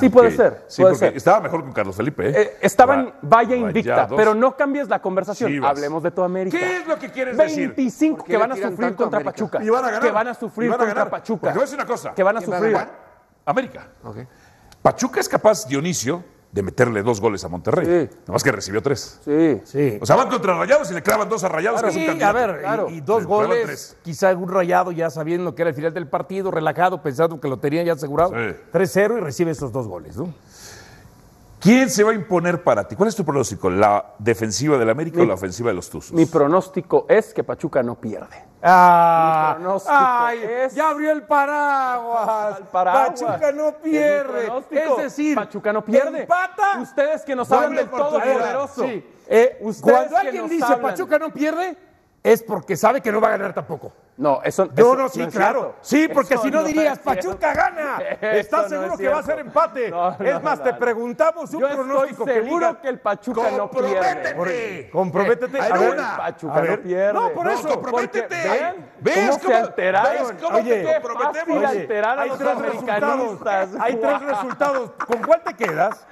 Speaker 8: Sí, puede
Speaker 5: Ok.
Speaker 8: ser.
Speaker 5: Sí,
Speaker 8: puede
Speaker 5: porque
Speaker 8: ser.
Speaker 5: estaba mejor con Carlos Felipe. ¿eh?
Speaker 8: Eh, estaba en valla invicta,
Speaker 5: Rayados,
Speaker 8: pero no cambies la conversación.
Speaker 5: Chivas.
Speaker 8: Hablemos de tu América.
Speaker 5: ¿Qué es lo que quieres decir?
Speaker 8: 25
Speaker 9: ¿Por qué
Speaker 8: que
Speaker 9: le
Speaker 8: van a
Speaker 9: tiran
Speaker 8: sufrir
Speaker 9: tanto a
Speaker 8: contra
Speaker 9: América?
Speaker 8: Pachuca.
Speaker 5: Y van a ganar.
Speaker 8: Que van a
Speaker 5: Y
Speaker 8: sufrir
Speaker 5: van a
Speaker 8: contra
Speaker 5: ganar.
Speaker 8: Pachuca.
Speaker 5: Porque voy a decir una cosa.
Speaker 8: Que van a
Speaker 9: ¿Quién va a
Speaker 8: sufrir.
Speaker 9: ganar?
Speaker 5: América.
Speaker 9: Ok.
Speaker 5: Pachuca es capaz, Dionisio, de meterle dos goles a Monterrey. Nada más que recibió tres.
Speaker 8: Sí.
Speaker 11: sí.
Speaker 5: O sea, van contra Rayados y le clavan dos a Rayados. que es un
Speaker 4: Ah, Sí, a ver,
Speaker 5: candidato.
Speaker 4: y- y, dos
Speaker 5: Le clavan
Speaker 4: goles,
Speaker 5: tres.
Speaker 4: quizá un rayado ya sabiendo que era el final del partido, relajado, pensando que lo tenía ya asegurado.
Speaker 5: Sí.
Speaker 4: 3-0 y recibe esos dos goles, ¿no?
Speaker 5: ¿Quién se va a imponer para ti? ¿Cuál es tu pronóstico? ¿La defensiva del América
Speaker 8: Mi-
Speaker 5: o la ofensiva de los Tuzos?
Speaker 8: Mi pronóstico es que Pachuca no pierde.
Speaker 4: Ah,
Speaker 8: pronóstico
Speaker 4: ay, ya abrió el paraguas.
Speaker 8: paraguas.
Speaker 4: Pachuca no
Speaker 8: Es mi
Speaker 4: pierde.
Speaker 8: pronóstico.
Speaker 4: Es decir,
Speaker 8: Pachuca no pierde.
Speaker 4: Empata.
Speaker 8: Ustedes que nos
Speaker 4: Doble
Speaker 8: hablan del
Speaker 4: oportunidad.
Speaker 8: todopoderoso.
Speaker 4: Sí.
Speaker 8: Eh, ustedes
Speaker 4: Cuando
Speaker 8: que
Speaker 4: alguien
Speaker 8: nos
Speaker 4: dice
Speaker 8: hablan-
Speaker 4: Pachuca no pierde, es porque sabe que no va a ganar tampoco.
Speaker 8: No, eso
Speaker 4: No,
Speaker 8: eso
Speaker 4: no, sí,
Speaker 8: es
Speaker 4: claro.
Speaker 8: cierto.
Speaker 4: Sí, porque
Speaker 8: Eso
Speaker 4: si no,
Speaker 8: es
Speaker 4: dirías,
Speaker 8: cierto.
Speaker 4: Pachuca gana.
Speaker 8: Eso
Speaker 4: ¿Estás
Speaker 8: no
Speaker 4: seguro
Speaker 8: es
Speaker 4: que va a
Speaker 8: cierto.
Speaker 4: ser empate?
Speaker 8: No, no,
Speaker 4: es más,
Speaker 8: no,
Speaker 4: te
Speaker 8: no.
Speaker 4: preguntamos un
Speaker 8: Yo
Speaker 4: pronóstico
Speaker 8: estoy
Speaker 4: que
Speaker 8: seguro
Speaker 4: diga,
Speaker 8: que el Pachuca no pierde.
Speaker 4: "Corre, Comprométete.
Speaker 5: Hay
Speaker 4: A ver,
Speaker 5: una.
Speaker 8: Pachuca
Speaker 4: A ver.
Speaker 8: no pierde.
Speaker 4: No, por eso.
Speaker 8: Porque
Speaker 5: comprométete.
Speaker 8: vean
Speaker 5: ¿Ves
Speaker 8: cómo, se
Speaker 5: cómo-
Speaker 8: alteraron.
Speaker 5: ves cómo
Speaker 8: Oye,
Speaker 5: te
Speaker 8: qué
Speaker 5: comprometemos?
Speaker 8: fácil
Speaker 5: Oye,
Speaker 8: alterar a
Speaker 4: Hay
Speaker 8: los
Speaker 4: tres resultados.
Speaker 8: americanistas.
Speaker 4: Hay tres resultados. ¿Con cuál te quedas?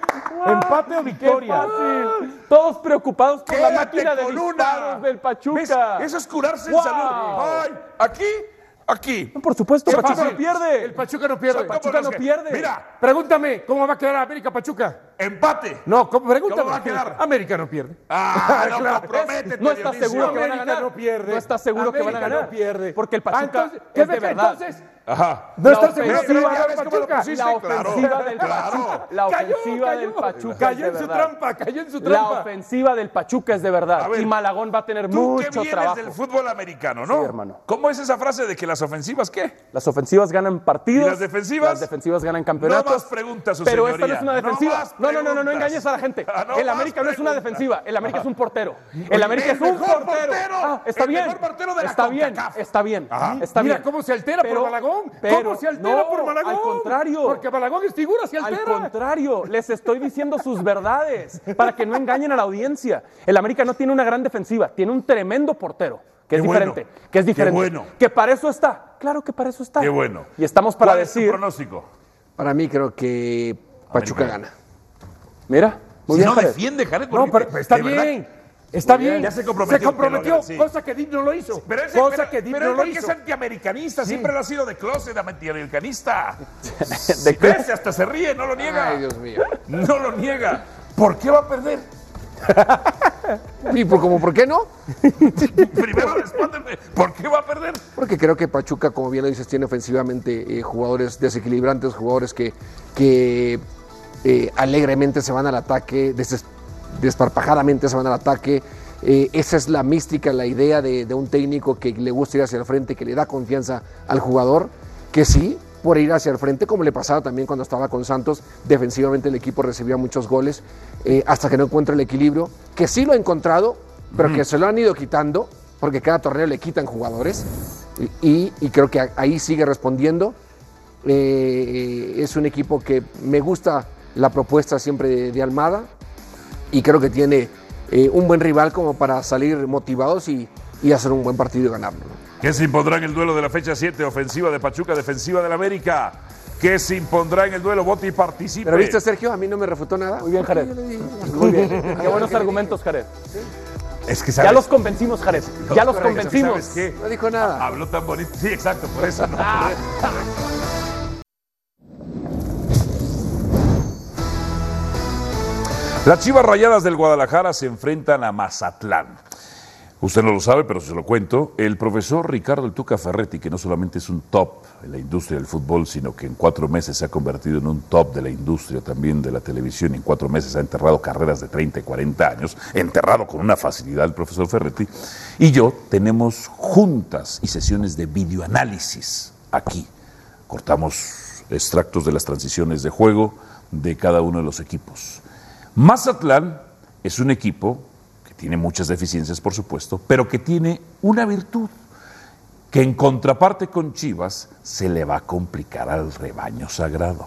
Speaker 4: ¿Empate o
Speaker 8: Qué
Speaker 4: victoria?
Speaker 8: fácil. Todos preocupados por la
Speaker 5: Quédate
Speaker 8: máquina de
Speaker 5: con una.
Speaker 8: disparos del Pachuca.
Speaker 5: ¿Ves? Eso es curarse
Speaker 8: Wow.
Speaker 5: en salud. Ay, aquí, aquí.
Speaker 8: Por supuesto,
Speaker 4: Qué
Speaker 8: Pachuca
Speaker 4: fácil.
Speaker 8: no pierde.
Speaker 4: El Pachuca no pierde.
Speaker 5: Son como
Speaker 8: Pachuca
Speaker 5: los
Speaker 8: no
Speaker 5: que-
Speaker 8: pierde.
Speaker 5: Mira,
Speaker 4: Pregúntame, ¿cómo va a quedar América Pachuca?
Speaker 5: empate.
Speaker 4: No, ¿cómo? pregúntame.
Speaker 5: ¿Cómo va a quedar?
Speaker 4: América no pierde.
Speaker 5: Ah, no
Speaker 4: Claro,
Speaker 5: comprométete,
Speaker 8: no estás
Speaker 5: Dionisio.
Speaker 8: seguro que van a
Speaker 4: América
Speaker 8: ganar.
Speaker 4: no pierde.
Speaker 8: estás seguro que van a
Speaker 4: América
Speaker 8: ganar.
Speaker 4: no pierde.
Speaker 8: Porque el Pachuca
Speaker 4: Ah, entonces,
Speaker 8: es
Speaker 4: ¿qué
Speaker 8: de
Speaker 4: ve-
Speaker 8: verdad.
Speaker 4: entonces?
Speaker 5: Ajá.
Speaker 4: No estás
Speaker 8: La
Speaker 4: seguro que va a
Speaker 8: ofensiva-
Speaker 4: ganar Pachuca.
Speaker 5: pusiste?
Speaker 8: La ofensiva
Speaker 5: Claro,
Speaker 8: del
Speaker 5: claro.
Speaker 8: Pachuca. La
Speaker 4: Cayó,
Speaker 8: ofensiva
Speaker 4: cayó.
Speaker 8: del Pachuca.
Speaker 4: Cayó
Speaker 8: es de
Speaker 4: en su
Speaker 8: verdad.
Speaker 4: trampa, cayó en su
Speaker 8: La
Speaker 4: trampa.
Speaker 8: ofensiva del Pachuca es de verdad.
Speaker 5: A ver,
Speaker 8: y Malagón va a tener
Speaker 5: Tú
Speaker 8: mucho
Speaker 5: que vienes
Speaker 8: trabajo.
Speaker 5: del fútbol americano, ¿no?
Speaker 8: Sí, hermano.
Speaker 5: ¿Cómo es esa frase de que las ofensivas qué?
Speaker 8: Las ofensivas ganan partidos.
Speaker 5: ¿Y las defensivas?
Speaker 8: Las defensivas ganan campeonatos.
Speaker 5: No más preguntas, su
Speaker 8: Pero esta no
Speaker 5: señoría.
Speaker 8: es una
Speaker 5: No
Speaker 8: defensiva.
Speaker 5: más
Speaker 8: No, no, no, no, no
Speaker 5: preguntas.
Speaker 8: engañes a la gente.
Speaker 5: Ah, no
Speaker 8: el
Speaker 5: más
Speaker 8: América no es una
Speaker 5: preguntas.
Speaker 8: defensiva. El América es un portero. El
Speaker 5: Oye,
Speaker 8: América
Speaker 5: el
Speaker 8: es un
Speaker 5: mejor
Speaker 8: portero.
Speaker 5: portero.
Speaker 8: Ah, está
Speaker 5: El
Speaker 8: bien.
Speaker 5: mejor portero de la
Speaker 8: está bien.
Speaker 5: CONCACAF.
Speaker 8: Está bien.
Speaker 5: Ajá.
Speaker 8: Está
Speaker 4: Mira
Speaker 8: bien.
Speaker 4: cómo se altera por
Speaker 8: Pero-
Speaker 4: Malagón.
Speaker 8: pero
Speaker 4: ¿Cómo se altera
Speaker 8: no,
Speaker 4: por Malagón?
Speaker 8: Al contrario.
Speaker 4: Porque Malagón es figura, se
Speaker 8: Al
Speaker 4: altera.
Speaker 8: contrario, les estoy diciendo sus verdades para que no engañen a la audiencia. El América no tiene una gran defensiva, tiene un tremendo portero, que es
Speaker 5: Qué bueno,
Speaker 8: diferente, que es
Speaker 5: qué
Speaker 8: diferente,
Speaker 5: bueno.
Speaker 8: que para eso está. Claro que para eso está.
Speaker 5: Qué bueno.
Speaker 8: Y estamos para
Speaker 5: ¿Cuál Es
Speaker 8: decir,
Speaker 5: tu pronóstico?
Speaker 9: Para mí creo que Pachuca
Speaker 5: América.
Speaker 9: gana.
Speaker 8: mira, muy
Speaker 5: Si
Speaker 8: bien,
Speaker 5: no
Speaker 8: Jared.
Speaker 5: defiende, Jared.
Speaker 4: No,
Speaker 5: porque pues,
Speaker 4: pero está
Speaker 5: de verdad-
Speaker 4: bien. Está bien.
Speaker 5: Ya se comprometió,
Speaker 4: Se comprometió,
Speaker 5: pero, sí.
Speaker 4: cosa que Dip no lo hizo.
Speaker 5: Pero es,
Speaker 4: cosa
Speaker 5: pero-
Speaker 4: que Dip
Speaker 5: pero
Speaker 4: no
Speaker 5: es
Speaker 4: lo
Speaker 5: porque
Speaker 4: hizo.
Speaker 5: es antiamericanista, siempre lo ha sido de closet, antiamericanista.
Speaker 8: De
Speaker 5: Si
Speaker 8: closet.
Speaker 5: crece, hasta se ríe, no lo niega.
Speaker 9: Ay, Dios mío.
Speaker 5: No lo niega. ¿Por qué va a perder?
Speaker 9: ¿Y por, como, por qué no?
Speaker 5: Primero respóndeme, ¿por qué va a perder?
Speaker 9: Porque creo que Pachuca, como bien lo dices, tiene ofensivamente eh, jugadores desequilibrantes, jugadores que, que eh, alegremente se van al ataque, des- desparpajadamente se van al ataque. Eh, esa es la mística, la idea de, de un técnico que le gusta ir hacia el frente, que le da confianza al jugador, que sí, por ir hacia el frente, como le pasaba también cuando estaba con Santos, defensivamente el equipo recibía muchos goles, eh, hasta que no encuentra el equilibrio, que sí lo ha encontrado, pero que se lo han ido quitando, porque cada torneo le quitan jugadores, y, y- y creo que a- ahí sigue respondiendo. Eh, eh, es un equipo que me gusta la propuesta siempre de, de Almada y creo que tiene eh, un buen rival como para salir motivados y, y hacer un buen partido y ganarlo. ¿no?
Speaker 5: ¿Qué se impondrá en el duelo de la fecha 7? Ofensiva de Pachuca, defensiva del América. ¿Qué se impondrá en el duelo? Vote y participe.
Speaker 9: Pero viste, Sergio, a mí no me refutó nada.
Speaker 8: Muy bien, Jared.
Speaker 9: "Ah,
Speaker 8: Muy bien. Qué buenos argumentos, Jared.
Speaker 5: Es que
Speaker 8: Ya
Speaker 5: sabes,
Speaker 8: los convencimos, Jared. Ya los
Speaker 5: ¿sabes
Speaker 8: convencimos.
Speaker 5: qué?
Speaker 9: No dijo nada.
Speaker 5: Habló tan bonito. Sí, exacto, por eso no. Las Chivas Rayadas del Guadalajara se enfrentan a Mazatlán. Usted no lo sabe, pero se lo cuento. El profesor Ricardo El Tuca Ferretti, que no solamente es un top en la industria del fútbol, sino que en cuatro meses se ha convertido en un top de la industria también de la televisión. En cuatro meses ha enterrado carreras de 30 y 40 años, enterrado con una facilidad el profesor Ferretti. Y yo tenemos juntas y sesiones de videoanálisis aquí cortamos extractos de las transiciones de juego de cada uno de los equipos. Mazatlán es un equipo que tiene muchas deficiencias, por supuesto, pero que tiene una virtud, que en contraparte con Chivas se le va a complicar al rebaño sagrado.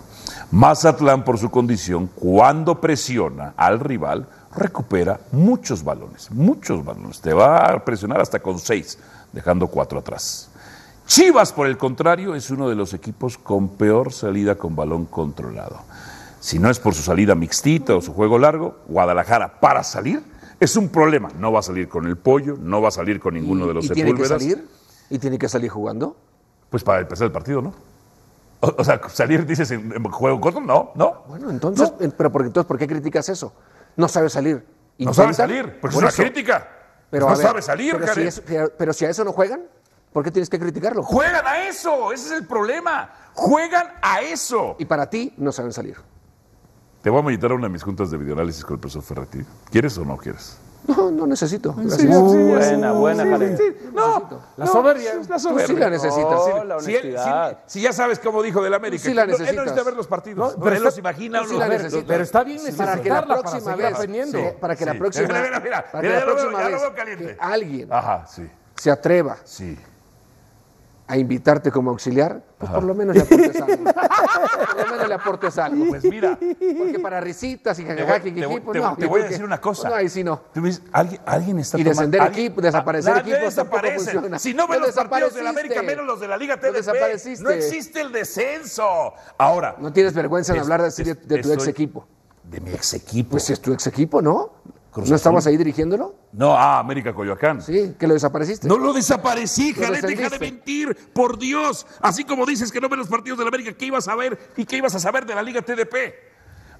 Speaker 5: Mazatlán, por su condición, cuando presiona al rival, recupera muchos balones, muchos balones. Te va a presionar hasta con seis, dejando cuatro atrás. Chivas, por el contrario, es uno de los equipos con peor salida con balón controlado. Si no es por su salida mixtita o su juego largo, Guadalajara para salir es un problema. No va a salir con el pollo, no va a salir con ninguno de los
Speaker 9: y tiene que
Speaker 5: Sepúlvedas.
Speaker 9: salir y tiene que salir jugando.
Speaker 5: Pues para empezar el partido, ¿no? O, o sea, salir, dices, en, en juego corto, no, no.
Speaker 9: Bueno, entonces, eh, pero porque, entonces, ¿por qué criticas eso? No sabes salir.
Speaker 5: No
Speaker 9: Intenta-
Speaker 5: sabes salir, porque
Speaker 9: Por
Speaker 5: es
Speaker 9: eso.
Speaker 5: una crítica.
Speaker 9: Pero,
Speaker 5: no
Speaker 9: a ver,
Speaker 5: sabes salir,
Speaker 9: pero si,
Speaker 5: Jared.
Speaker 9: eso- pero- pero si a eso no juegan, ¿por qué tienes que criticarlo?
Speaker 5: Juegan a eso, ese es el problema. Juegan a eso.
Speaker 9: Y para ti no saben salir.
Speaker 5: Te voy a meditar a una de mis juntas de videoanálisis con el profesor Ferretti. ¿Quieres o no quieres?
Speaker 9: No, no necesito. Gracias.
Speaker 8: buena, buena, Jared.
Speaker 5: No,
Speaker 8: La soberbia.
Speaker 5: es La
Speaker 9: Tú
Speaker 5: soberbia.
Speaker 9: sí la necesitas.
Speaker 8: No,
Speaker 9: Sí,
Speaker 8: la
Speaker 5: Si, él-
Speaker 8: honestidad.
Speaker 5: si- si ya sabes cómo dijo del América,
Speaker 9: Tú sí la
Speaker 5: él no- él no
Speaker 9: necesitas.
Speaker 5: necesita ver los partidos,
Speaker 9: No,
Speaker 5: pero
Speaker 9: pero
Speaker 5: él los
Speaker 9: está-
Speaker 5: imagina.
Speaker 9: tú sí
Speaker 5: los-
Speaker 9: la
Speaker 5: los-
Speaker 9: necesitas.
Speaker 4: Pero está bien
Speaker 9: Sí, para que la
Speaker 4: necesitarla para
Speaker 9: próxima
Speaker 4: seguir
Speaker 9: vez,
Speaker 4: aprendiendo.
Speaker 9: sí, para que la
Speaker 5: Sí.
Speaker 9: próxima,
Speaker 5: Mira, mira, mira.
Speaker 9: para que
Speaker 5: Mira,
Speaker 9: la
Speaker 5: ya lo veo-
Speaker 9: próxima
Speaker 5: ya lo
Speaker 9: vez
Speaker 5: veo caliente.
Speaker 9: que ah. alguien
Speaker 5: Ajá, sí,
Speaker 9: se atreva
Speaker 5: sí.
Speaker 9: a invitarte como auxiliar, pues por lo menos le aportes algo. por lo menos le aportes algo.
Speaker 5: Pues mira,
Speaker 9: Porque para risitas y
Speaker 5: Te voy,
Speaker 9: jajaja,
Speaker 5: te
Speaker 9: jijiji,
Speaker 5: voy-
Speaker 9: pues
Speaker 5: te
Speaker 9: no,
Speaker 5: voy- te
Speaker 9: yo
Speaker 5: voy a
Speaker 9: creo que-
Speaker 5: decir una cosa.
Speaker 9: No, ahí sí no.
Speaker 5: Tú me dices, alguien, alguien está
Speaker 9: Y descender
Speaker 5: tomando-
Speaker 9: equipos, desaparecer
Speaker 5: nadie
Speaker 9: equipos, tampoco
Speaker 5: desaparece.
Speaker 9: funciona.
Speaker 5: Si no ves
Speaker 9: Ya
Speaker 5: los partidos de la
Speaker 9: desapareciste.
Speaker 5: América, menos los de la Liga
Speaker 9: Ya
Speaker 5: TV.
Speaker 9: desapareciste.
Speaker 5: No existe el descenso. Ahora,
Speaker 9: No tienes vergüenza en
Speaker 5: Es-
Speaker 9: hablar de, de-
Speaker 5: es-
Speaker 9: de tu ex
Speaker 5: estoy-
Speaker 9: equipo.
Speaker 5: de mi ex equipo.
Speaker 9: Pues si es tu ex equipo, ¿no?
Speaker 5: Cruz
Speaker 9: ¿No
Speaker 5: Azul.
Speaker 9: estabas ahí dirigiéndolo?
Speaker 5: No, ah, América Coyoacán.
Speaker 9: Sí, que lo desapareciste.
Speaker 5: No lo desaparecí,
Speaker 9: Lo
Speaker 5: Jared, deja de
Speaker 9: descendiste.
Speaker 5: mentir, por Dios. Así como dices que no ves los partidos de la América, ¿qué ibas a ver y qué ibas a saber de la Liga TDP?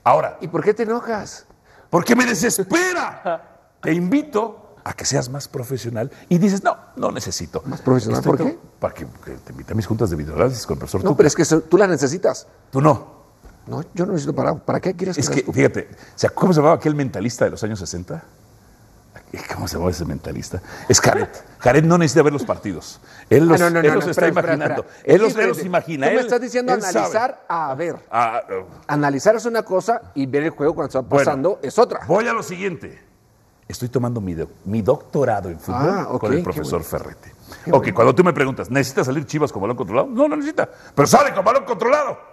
Speaker 5: Ahora,
Speaker 9: ¿Y por qué te enojas?
Speaker 5: porque me desespera, te invito a que seas más profesional y dices, no, no necesito. ¿Más
Speaker 9: profesional, ¿por qué?
Speaker 5: Para que, que te invite a mis juntas de videoanálisis con el profesor
Speaker 9: No,
Speaker 5: Tuca.
Speaker 9: pero es que eso- tú la necesitas.
Speaker 5: Tú no.
Speaker 9: No, yo no necesito para. ¿Para qué quieres
Speaker 5: Es
Speaker 9: la
Speaker 5: que,
Speaker 9: escupa?
Speaker 5: fíjate, o sea, ¿cómo se llamaba aquel mentalista de los años 60? ¿Cómo se llamaba ese mentalista? Es Jaret. Jaret no necesita ver los partidos. Él los,
Speaker 9: Ah, no, no,
Speaker 5: él
Speaker 9: no,
Speaker 5: los
Speaker 9: no,
Speaker 5: está
Speaker 9: espera, espera,
Speaker 5: imaginando.
Speaker 9: espera.
Speaker 5: Él los,
Speaker 9: Es
Speaker 5: él los
Speaker 9: diferente.
Speaker 5: imagina.
Speaker 9: Tú
Speaker 5: él,
Speaker 9: me estás diciendo
Speaker 5: él sabe.
Speaker 9: analizar a ver.
Speaker 5: Ah, eh,
Speaker 9: Analizar es una cosa y ver el juego cuando está
Speaker 5: bueno,
Speaker 9: pasando es otra.
Speaker 5: Voy a lo siguiente. Estoy tomando mi, doc- mi doctorado en fútbol
Speaker 9: Ah, ok,
Speaker 5: con el
Speaker 9: qué
Speaker 5: profesor
Speaker 9: bueno.
Speaker 5: Ferretti. Ok, cuando tú me preguntas, ¿necesita salir Chivas con balón controlado? No, no necesita. Pero sale con balón controlado.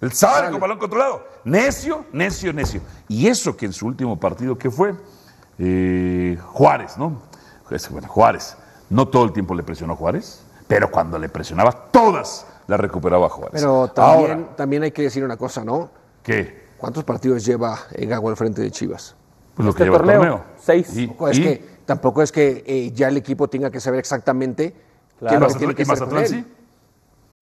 Speaker 5: Él sale con balón controlado. Necio, necio, necio. Y eso que en su último partido, que fue? Eh, Juárez, ¿no? Es- Bueno, Juárez. No todo el tiempo le presionó Juárez, pero cuando le presionaba, todas las recuperaba Juárez.
Speaker 9: Pero también,
Speaker 5: Ahora,
Speaker 9: también hay que decir una cosa, ¿no?
Speaker 5: ¿qué?
Speaker 9: ¿Cuántos partidos lleva eh, Gago al frente de Chivas?
Speaker 5: Pues lo
Speaker 8: Este
Speaker 5: que lleva el
Speaker 8: torneo,
Speaker 5: torneo.
Speaker 8: seis.
Speaker 5: Y-
Speaker 9: Tampoco es
Speaker 5: y-
Speaker 9: que, tampoco es que eh, ya el equipo tenga que saber exactamente qué es lo que
Speaker 5: Mazatlán-
Speaker 9: tiene que
Speaker 5: y
Speaker 9: hacer con
Speaker 5: Mazatlán
Speaker 9: él.
Speaker 5: sí.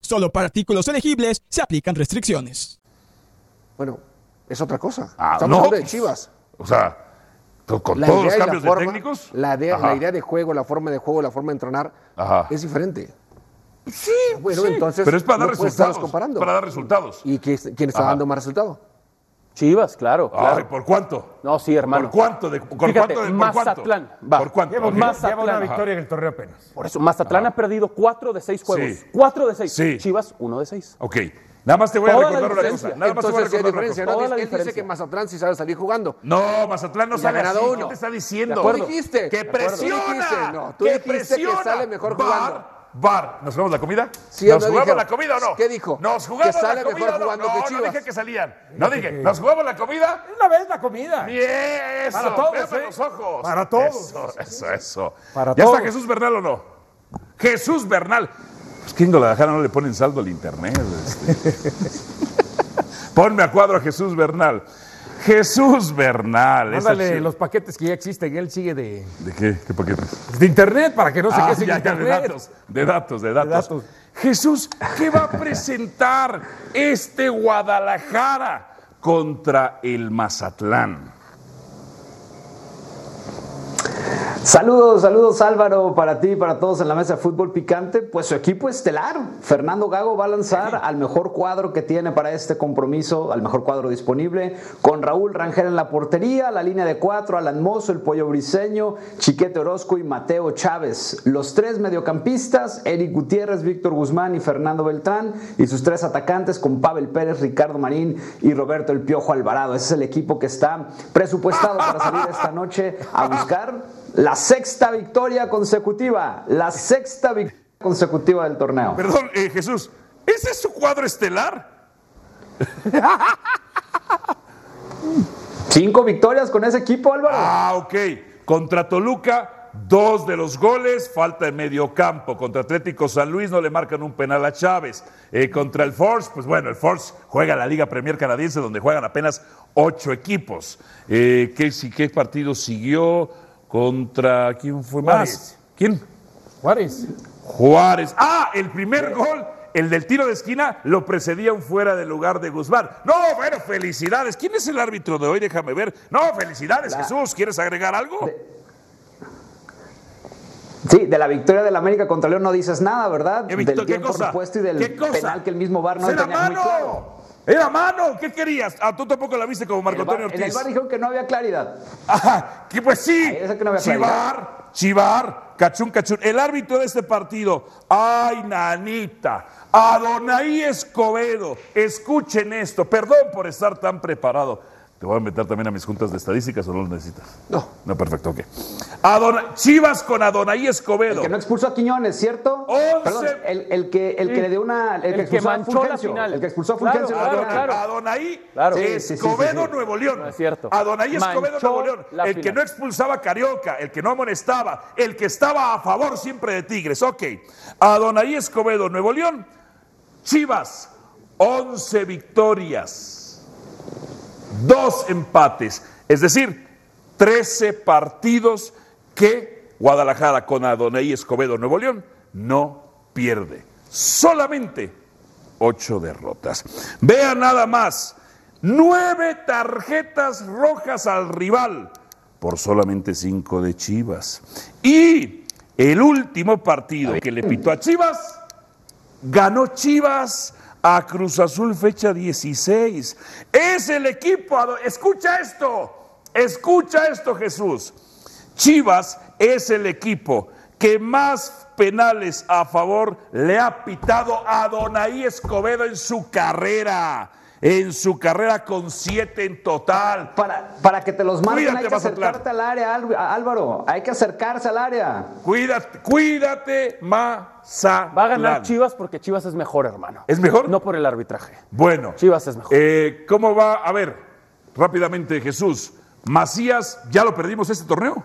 Speaker 11: Solo para artículos elegibles se aplican restricciones.
Speaker 9: Bueno, es otra cosa.
Speaker 5: Ah,
Speaker 9: Estamos
Speaker 5: no,
Speaker 9: hablando de
Speaker 5: pues,
Speaker 9: Chivas.
Speaker 5: O sea, to- con
Speaker 9: La
Speaker 5: todos los
Speaker 9: idea y la
Speaker 5: cambios de
Speaker 9: forma-
Speaker 5: técnicos.
Speaker 9: La idea,
Speaker 5: Ajá.
Speaker 9: la idea de juego, la forma de juego, la forma de entrenar
Speaker 5: Ajá.
Speaker 9: es diferente. Sí, bueno, entonces
Speaker 5: Pero es para dar
Speaker 9: no puedes estarlos
Speaker 5: resultados.
Speaker 9: comparando.
Speaker 5: Para dar resultados.
Speaker 9: ¿Y quién quién está
Speaker 5: Ajá.
Speaker 9: dando más resultado?
Speaker 8: Chivas, claro.
Speaker 5: Ay,
Speaker 8: claro.
Speaker 5: ¿por cuánto?
Speaker 8: No, sí, hermano.
Speaker 5: ¿Por cuánto? De, ¿Por
Speaker 8: Fíjate,
Speaker 5: cuánto? De, ¿Por cuánto?
Speaker 8: Mazatlán. Va.
Speaker 5: ¿Por cuánto?
Speaker 8: Lleva,
Speaker 5: Ok.
Speaker 8: Mazatlán.
Speaker 4: Lleva una victoria en el torneo apenas.
Speaker 8: Por eso, Mazatlán ha perdido cuatro de seis juegos.
Speaker 5: Ah. Sí.
Speaker 8: Cuatro de seis.
Speaker 5: Sí.
Speaker 8: Chivas, uno de seis.
Speaker 5: Ok. Nada más te voy a
Speaker 8: Toda la
Speaker 5: recordar una cosa.
Speaker 8: diferencia.
Speaker 5: Nada más te voy a
Speaker 9: Entonces sí hay
Speaker 5: recordar una
Speaker 9: diferencia,
Speaker 5: cosa.
Speaker 9: ¿no?
Speaker 8: Toda
Speaker 9: Él
Speaker 8: la
Speaker 9: dice
Speaker 8: diferencia.
Speaker 9: que Mazatlán sí sabe salir jugando.
Speaker 5: No, Mazatlán no
Speaker 9: Ya
Speaker 5: sale
Speaker 9: ganado
Speaker 5: así.
Speaker 9: uno.
Speaker 5: ¿Qué te está
Speaker 9: De
Speaker 5: diciendo?
Speaker 9: acuerdo. Tú dijiste.
Speaker 5: Que
Speaker 9: De acuerdo. Tú
Speaker 5: presiona.
Speaker 9: dijiste, no, tú dijiste que sale mejor
Speaker 5: Bar,
Speaker 9: jugando.
Speaker 5: Bar, ¿nos jugamos la comida?
Speaker 9: Sí,
Speaker 5: ¿Nos
Speaker 9: no
Speaker 5: jugamos
Speaker 9: dijeron.
Speaker 5: la comida o no?
Speaker 9: ¿Qué dijo?
Speaker 5: ¿Nos jugamos
Speaker 9: Que sale
Speaker 5: la comida
Speaker 9: mejor
Speaker 5: o no?
Speaker 9: jugando
Speaker 5: no,
Speaker 9: que
Speaker 5: no
Speaker 9: Chivas.
Speaker 5: dije que salían. No dije, ¿nos jugamos la comida?
Speaker 4: Una vez la comida.
Speaker 5: Bien, eso.
Speaker 4: Para todos,
Speaker 5: véanme
Speaker 4: ¿eh?
Speaker 5: los ojos.
Speaker 4: Para todos.
Speaker 5: Eso, eso, eso.
Speaker 4: Para
Speaker 5: ¿Ya
Speaker 4: todos.
Speaker 5: está Jesús Bernal o no? Jesús Bernal. Pues que en Guadalajara no le ponen saldo al internet. este. Ponme a cuadro a Jesús Bernal. Jesús Bernal. esa
Speaker 4: Ándale,
Speaker 5: chica-
Speaker 4: los paquetes que ya existen. Él sigue de, pues,
Speaker 5: ¿De qué? ¿Qué paquetes?
Speaker 4: de internet para que no se
Speaker 5: Ah,
Speaker 4: quede sin
Speaker 5: ya, ya, de
Speaker 4: internet.
Speaker 5: datos, de datos, de datos.
Speaker 4: datos.
Speaker 5: Jesús, ¿qué va a presentar este Guadalajara contra el Mazatlán?
Speaker 12: Saludos, saludos Álvaro, para ti y para todos en la mesa de fútbol picante. Pues su equipo estelar, Fernando Gago, va a lanzar al mejor cuadro que tiene para este compromiso, al mejor cuadro disponible, con Raúl Rangel en la portería, la línea de cuatro, Alan Mozo, el Pollo Briseño, Chiquete Orozco y Mateo Chávez. Los tres mediocampistas, Eric Gutiérrez, Víctor Guzmán y Fernando Beltrán, y sus tres atacantes con Pavel Pérez, Ricardo Marín y Roberto El Piojo Alvarado. Ese es el equipo que está presupuestado para salir esta noche a buscar la sexta victoria consecutiva. La sexta victoria consecutiva del torneo.
Speaker 5: Perdón, eh, Jesús, ¿ese es su cuadro estelar?
Speaker 12: Cinco victorias con ese equipo, Álvaro.
Speaker 5: Ah, ok. Contra Toluca, dos de los goles, falta de medio campo. Contra Atlético San Luis no le marcan un penal a Chávez. Eh, contra el Force, pues bueno, el Force juega la Liga Premier Canadiense, donde juegan apenas ocho equipos. Eh, ¿qué, si- ¿Qué partido siguió? ¿Contra quién fue más? ¿Quién?
Speaker 4: Juárez.
Speaker 5: Juárez. Ah, el primer gol, el del tiro de esquina, lo precedía un fuera de lugar de Guzmán. No, bueno, felicidades. ¿Quién es el árbitro de hoy? Déjame ver. No, felicidades, Jesús. ¿Quieres agregar algo?
Speaker 12: Sí, de la victoria del América contra León no dices nada, ¿verdad?
Speaker 5: victoria?
Speaker 12: Del
Speaker 5: ¿Qué
Speaker 12: tiempo
Speaker 5: cosa?
Speaker 12: repuesto y del
Speaker 5: ¿Qué cosa?
Speaker 12: penal que el mismo VAR no
Speaker 5: ¡Era
Speaker 12: tenía muy
Speaker 5: mano!
Speaker 12: claro.
Speaker 5: ¡Era mano! ¿Qué querías? Ah, tú tampoco la viste como Marco
Speaker 12: El VAR- En
Speaker 5: Antonio
Speaker 12: el
Speaker 5: Ortiz.
Speaker 12: VAR dijeron que no había claridad.
Speaker 5: Ajá, que pues sí.
Speaker 12: Ahí dice que no había claridad.
Speaker 5: Chivar, chivar, cachún, cachún. El árbitro de este partido, ay, nanita, Adonai Escobedo. Escuchen esto, perdón por estar tan preparado. Te voy a meter también a mis juntas de estadísticas o no lo necesitas. No. No, perfecto, ok. Adona- Chivas con Adonai Escobedo.
Speaker 12: Que no expulsó a Quiñones, ¿cierto? Perdón, el, el que, el que
Speaker 5: Sí.
Speaker 12: le dio una. El, que expulsó a Fulgencio. El que expulsó a Fulgencio.
Speaker 5: Adonai- Adonai
Speaker 12: Claro. Sí, sí, sí, sí,
Speaker 5: Escobedo
Speaker 12: sí.
Speaker 5: Nuevo León.
Speaker 12: No es cierto.
Speaker 5: Adonai Escobedo
Speaker 12: Manchó
Speaker 5: Nuevo León.
Speaker 12: la
Speaker 5: El que
Speaker 12: final.
Speaker 5: no expulsaba a Carioca, el que no amonestaba, el que estaba a favor siempre de Tigres. Ok. Adonai Escobedo Nuevo León. Chivas, 11 victorias, dos empates. Es decir, 13 partidos que Guadalajara con Adonai Escobedo Nuevo León no pierde. Solamente ocho derrotas. Vean nada más, nueve tarjetas rojas al rival por solamente cinco de Chivas. Y el último partido que le pitó a Chivas, ganó Chivas a Cruz Azul fecha 16. Es el equipo, ado- escucha esto, escucha esto Jesús. Chivas es el equipo que más penales a favor le ha pitado a Donaí Escobedo en su carrera. En su carrera con siete en total.
Speaker 12: Para, para que te los marquen,
Speaker 5: Cuídate,
Speaker 12: hay que
Speaker 5: Mazatlán.
Speaker 12: acercarte al área, Al- Álvaro. Hay que acercarse al área.
Speaker 5: Cuídate, cuídate, Mazatlán.
Speaker 8: Va a ganar Chivas porque Chivas es mejor, hermano.
Speaker 5: ¿Es mejor?
Speaker 8: No por el arbitraje.
Speaker 5: Bueno.
Speaker 8: Chivas es mejor.
Speaker 5: Eh, ¿Cómo va? A ver, rápidamente, Jesús. Macías, ¿ya lo perdimos este torneo?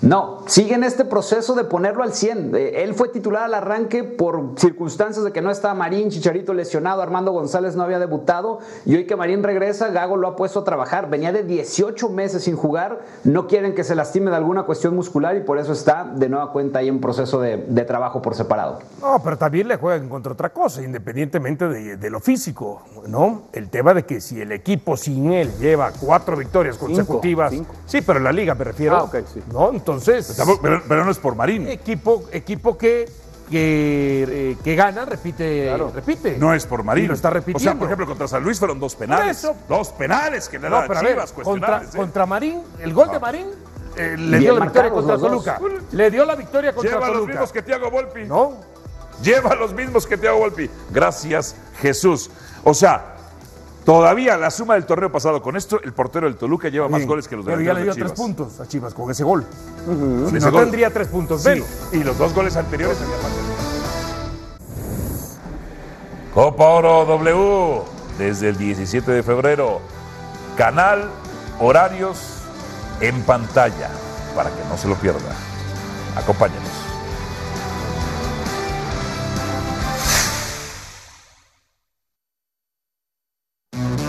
Speaker 12: No, sigue en este proceso de ponerlo al 100. Eh, Él fue titular al arranque por circunstancias de que no estaba Marín, Chicharito lesionado, Armando González no había debutado y hoy que Marín regresa, Gago lo ha puesto a trabajar. Venía de 18 meses sin jugar, no quieren que se lastime de alguna cuestión muscular y por eso está de nueva cuenta ahí en proceso de, de trabajo por separado.
Speaker 13: No, pero también le juegan contra otra cosa, independientemente de, de lo físico, ¿no? El tema de que si el equipo sin él lleva cuatro victorias
Speaker 5: Cinco,
Speaker 13: consecutivas.
Speaker 5: cinco.
Speaker 13: Sí, pero en la liga me refiero.
Speaker 5: Ah, ok, sí.
Speaker 13: ¿No? Entonces.
Speaker 5: Pero, pero- pero no es por Marín.
Speaker 13: Equipo, equipo que, que, eh, que gana, repite, repite.
Speaker 5: No es por Marín.
Speaker 13: Y lo está
Speaker 5: O sea,
Speaker 13: repitiendo.
Speaker 5: por ejemplo, contra San Luis fueron dos penales.
Speaker 13: Por eso.
Speaker 5: Dos penales que le
Speaker 13: No,
Speaker 5: dan
Speaker 13: pero a
Speaker 5: a
Speaker 13: ver,
Speaker 5: Chivas, Ah.
Speaker 13: contra,
Speaker 5: cuestionables. ¿eh?
Speaker 13: contra Marín, el gol de Marín eh, le
Speaker 5: Bien
Speaker 13: dio la victoria
Speaker 5: marcados
Speaker 13: contra
Speaker 5: los dos.
Speaker 13: Toluca. Le dio la victoria contra
Speaker 5: Lleva los
Speaker 13: Toluca.
Speaker 5: mismos que Tiago Volpi.
Speaker 13: ¿No?
Speaker 5: Lleva los mismos que Tiago Volpi. Gracias, Jesús. O sea, todavía la suma del torneo pasado con esto, el portero del Toluca lleva más
Speaker 13: Sí,
Speaker 5: goles que los
Speaker 13: Pero ya le dio
Speaker 5: delanteros de
Speaker 13: tres
Speaker 5: Chivas.
Speaker 13: puntos a Chivas con ese gol. Si
Speaker 5: Con ese
Speaker 13: no
Speaker 5: gol.
Speaker 13: tendría tres puntos
Speaker 5: Sí,
Speaker 13: menos.
Speaker 5: Y los dos goles anteriores había Copa Oro W, desde el 17 de febrero. Canal, horarios, en pantalla, para que no se lo pierda. Acompáñanos.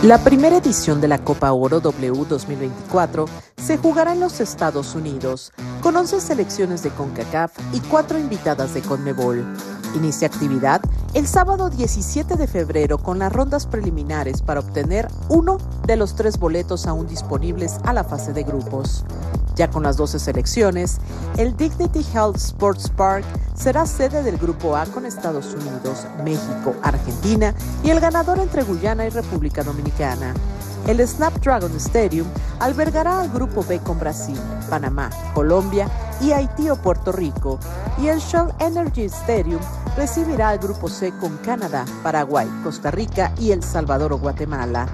Speaker 14: La primera edición de la Copa Oro W 2024 se jugará en los Estados Unidos, con 11 selecciones de CONCACAF y 4 invitadas de CONMEBOL. Inicia actividad el sábado 17 de febrero con las rondas preliminares para obtener uno de los tres boletos aún disponibles a la fase de grupos. Ya con las 12 selecciones, el Dignity Health Sports Park será sede del Grupo A con Estados Unidos, México, Argentina y el ganador entre Guyana y República Dominicana. El Snapdragon Stadium albergará al Grupo B con Brasil, Panamá, Colombia y Haití o Puerto Rico, y el Shell Energy Stadium recibirá al Grupo C con Canadá, Paraguay, Costa Rica y El Salvador o Guatemala.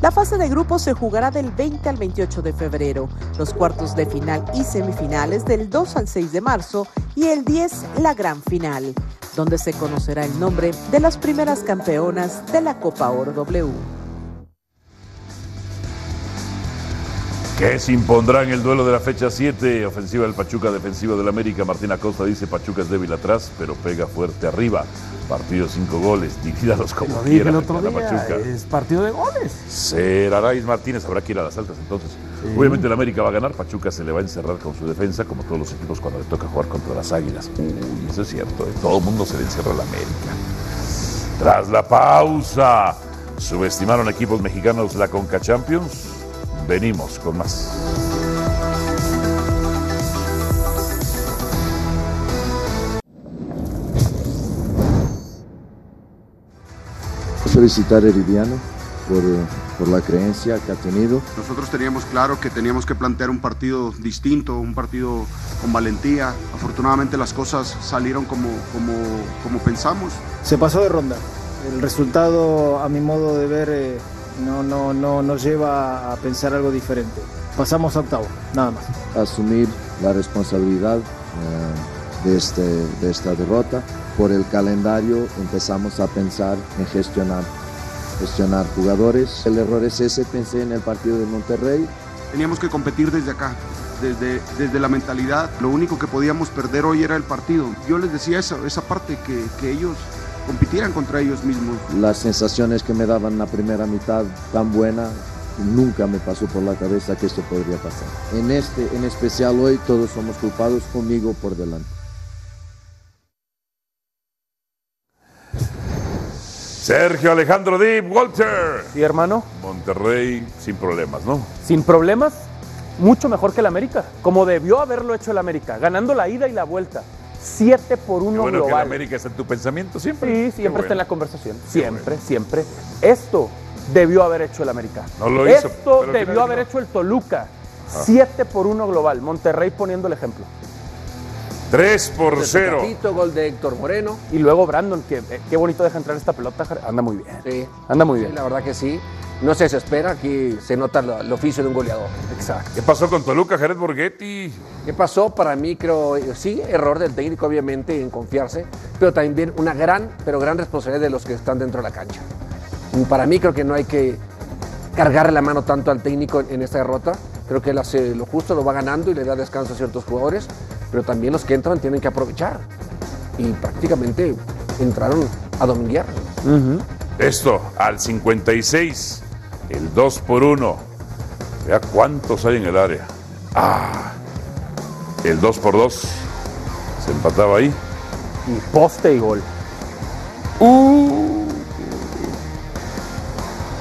Speaker 14: La fase de grupos se jugará del 20 al 28 de febrero, los cuartos de final y semifinales del 2 al 6 de marzo y el 10 la gran final, donde se conocerá el nombre de las primeras campeonas de la Copa Oro W.
Speaker 5: ¿Qué se impondrá en el duelo de la fecha 7? Ofensiva del Pachuca, defensiva del América. Martín Acosta dice Pachuca es débil atrás, pero pega fuerte arriba. Partido 5 goles, divídalos como
Speaker 13: Lo dije
Speaker 5: quieran.
Speaker 13: el otro
Speaker 5: gana
Speaker 13: día,
Speaker 5: Pachuca.
Speaker 13: es partido de goles.
Speaker 5: Será Araiz Martínez, habrá que ir a las altas entonces. Obviamente el América va a ganar, Pachuca se le va a encerrar con su defensa, como todos los equipos cuando le toca jugar contra las Águilas. Uy, eso es cierto, ¿eh? todo el mundo se le encierra a la América. Tras la pausa, subestimaron equipos mexicanos la Conca Champions. Venimos con más.
Speaker 15: Felicitar a Heridiano por, por la creencia que ha tenido.
Speaker 16: Nosotros teníamos claro que teníamos que plantear un partido distinto, un partido con valentía. Afortunadamente las cosas salieron como, como, como pensamos.
Speaker 17: Se pasó de ronda. El resultado, a mi modo de ver, eh, no, no, no nos lleva a pensar algo diferente. Pasamos a octavo, nada más.
Speaker 15: asumir la responsabilidad eh, de, este, de esta derrota. Por el calendario empezamos a pensar en gestionar, gestionar jugadores. El error es ese, pensé en el partido de Monterrey.
Speaker 16: Teníamos que competir desde acá, desde, desde la mentalidad. Lo único que podíamos perder hoy era el partido. Yo les decía esa, esa parte, que, que ellos compitieran contra ellos mismos.
Speaker 15: Las sensaciones que me daban la primera mitad tan buena, nunca me pasó por la cabeza que esto podría pasar. En este, en especial hoy, todos somos culpados conmigo por delante.
Speaker 5: Sergio Alejandro Dib, Walter.
Speaker 8: ¿Y hermano?
Speaker 5: Monterrey sin problemas, ¿no?
Speaker 8: Sin problemas, mucho mejor que el América, como debió haberlo hecho el América, ganando la ida y la vuelta. 7 por 1
Speaker 5: Qué bueno que el
Speaker 8: global.
Speaker 5: América está en tu pensamiento siempre.
Speaker 8: Sí,
Speaker 5: Qué
Speaker 8: siempre está en
Speaker 5: bueno.
Speaker 8: la conversación. Siempre, siempre. Esto debió haber hecho el América.
Speaker 5: No lo hizo,
Speaker 8: Esto
Speaker 5: pero al final
Speaker 8: debió haber
Speaker 5: no.
Speaker 8: hecho el Toluca.
Speaker 5: Ah.
Speaker 8: 7 por 1 global. Monterrey poniendo el ejemplo.
Speaker 5: 3 por 0.
Speaker 8: gol de Héctor Moreno. Y luego Brandon, que eh, qué bonito deja entrar esta pelota. Jar- Anda muy bien.
Speaker 9: Sí.
Speaker 8: Anda muy
Speaker 9: Sí,
Speaker 8: bien.
Speaker 9: la verdad que sí. No se desespera, aquí se nota lo- el oficio de un goleador.
Speaker 8: Exacto.
Speaker 5: ¿Qué pasó con Toluca, Jared Borghetti?
Speaker 9: ¿Qué pasó? Para mí creo, eh, sí, error del técnico obviamente en confiarse, pero también una gran, pero gran responsabilidad de los que están dentro de la cancha. Y Para mí creo que no hay que cargarle la mano tanto al técnico en, en esta derrota. Creo que él hace lo justo, lo va ganando y le da descanso a ciertos jugadores, pero también los que entran tienen que aprovechar. Y prácticamente entraron a dominguear.
Speaker 5: Esto al 56. El 2 por 1. Vea cuántos hay en el área. Ah. El 2 por 2. Se empataba ahí.
Speaker 8: Y poste y gol.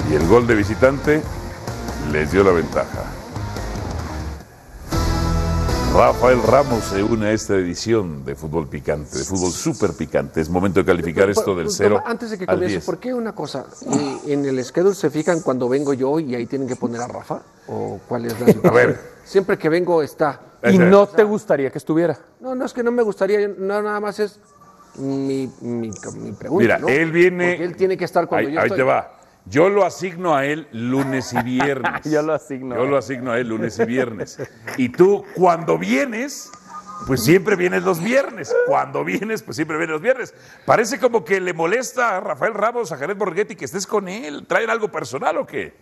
Speaker 5: Y el gol de visitante les dio la ventaja. Rafael Ramos se une a esta edición de fútbol picante, de fútbol súper picante. Es momento de calificar esto
Speaker 9: Por-
Speaker 5: del
Speaker 9: por-
Speaker 5: 0
Speaker 9: pues, Antes de que
Speaker 5: al
Speaker 9: comience,
Speaker 5: 10.
Speaker 9: ¿por qué una cosa? Eh, ¿En el schedule se fijan cuando vengo yo y ahí tienen que poner a Rafa? ¿O cuál es la situación?
Speaker 8: ver.
Speaker 9: Siempre que vengo está.
Speaker 8: Y no te gustaría que estuviera.
Speaker 9: No, no, es que no me gustaría, no, nada más es mi, mi- mi pregunta.
Speaker 5: Mira,
Speaker 9: ¿no?
Speaker 5: él viene.
Speaker 9: Porque él tiene que estar cuando
Speaker 5: ahí,
Speaker 9: yo
Speaker 5: ahí
Speaker 9: estoy.
Speaker 5: te va. Yo lo asigno a él lunes y viernes.
Speaker 8: Yo lo asigno.
Speaker 5: Yo lo asigno a él lunes y viernes. Y tú, cuando vienes, pues siempre vienes los viernes. Cuando vienes, pues siempre vienes los viernes. Parece como que le molesta a Rafael Ramos, a Jared Borghetti que estés con él. ¿Traen algo personal o qué?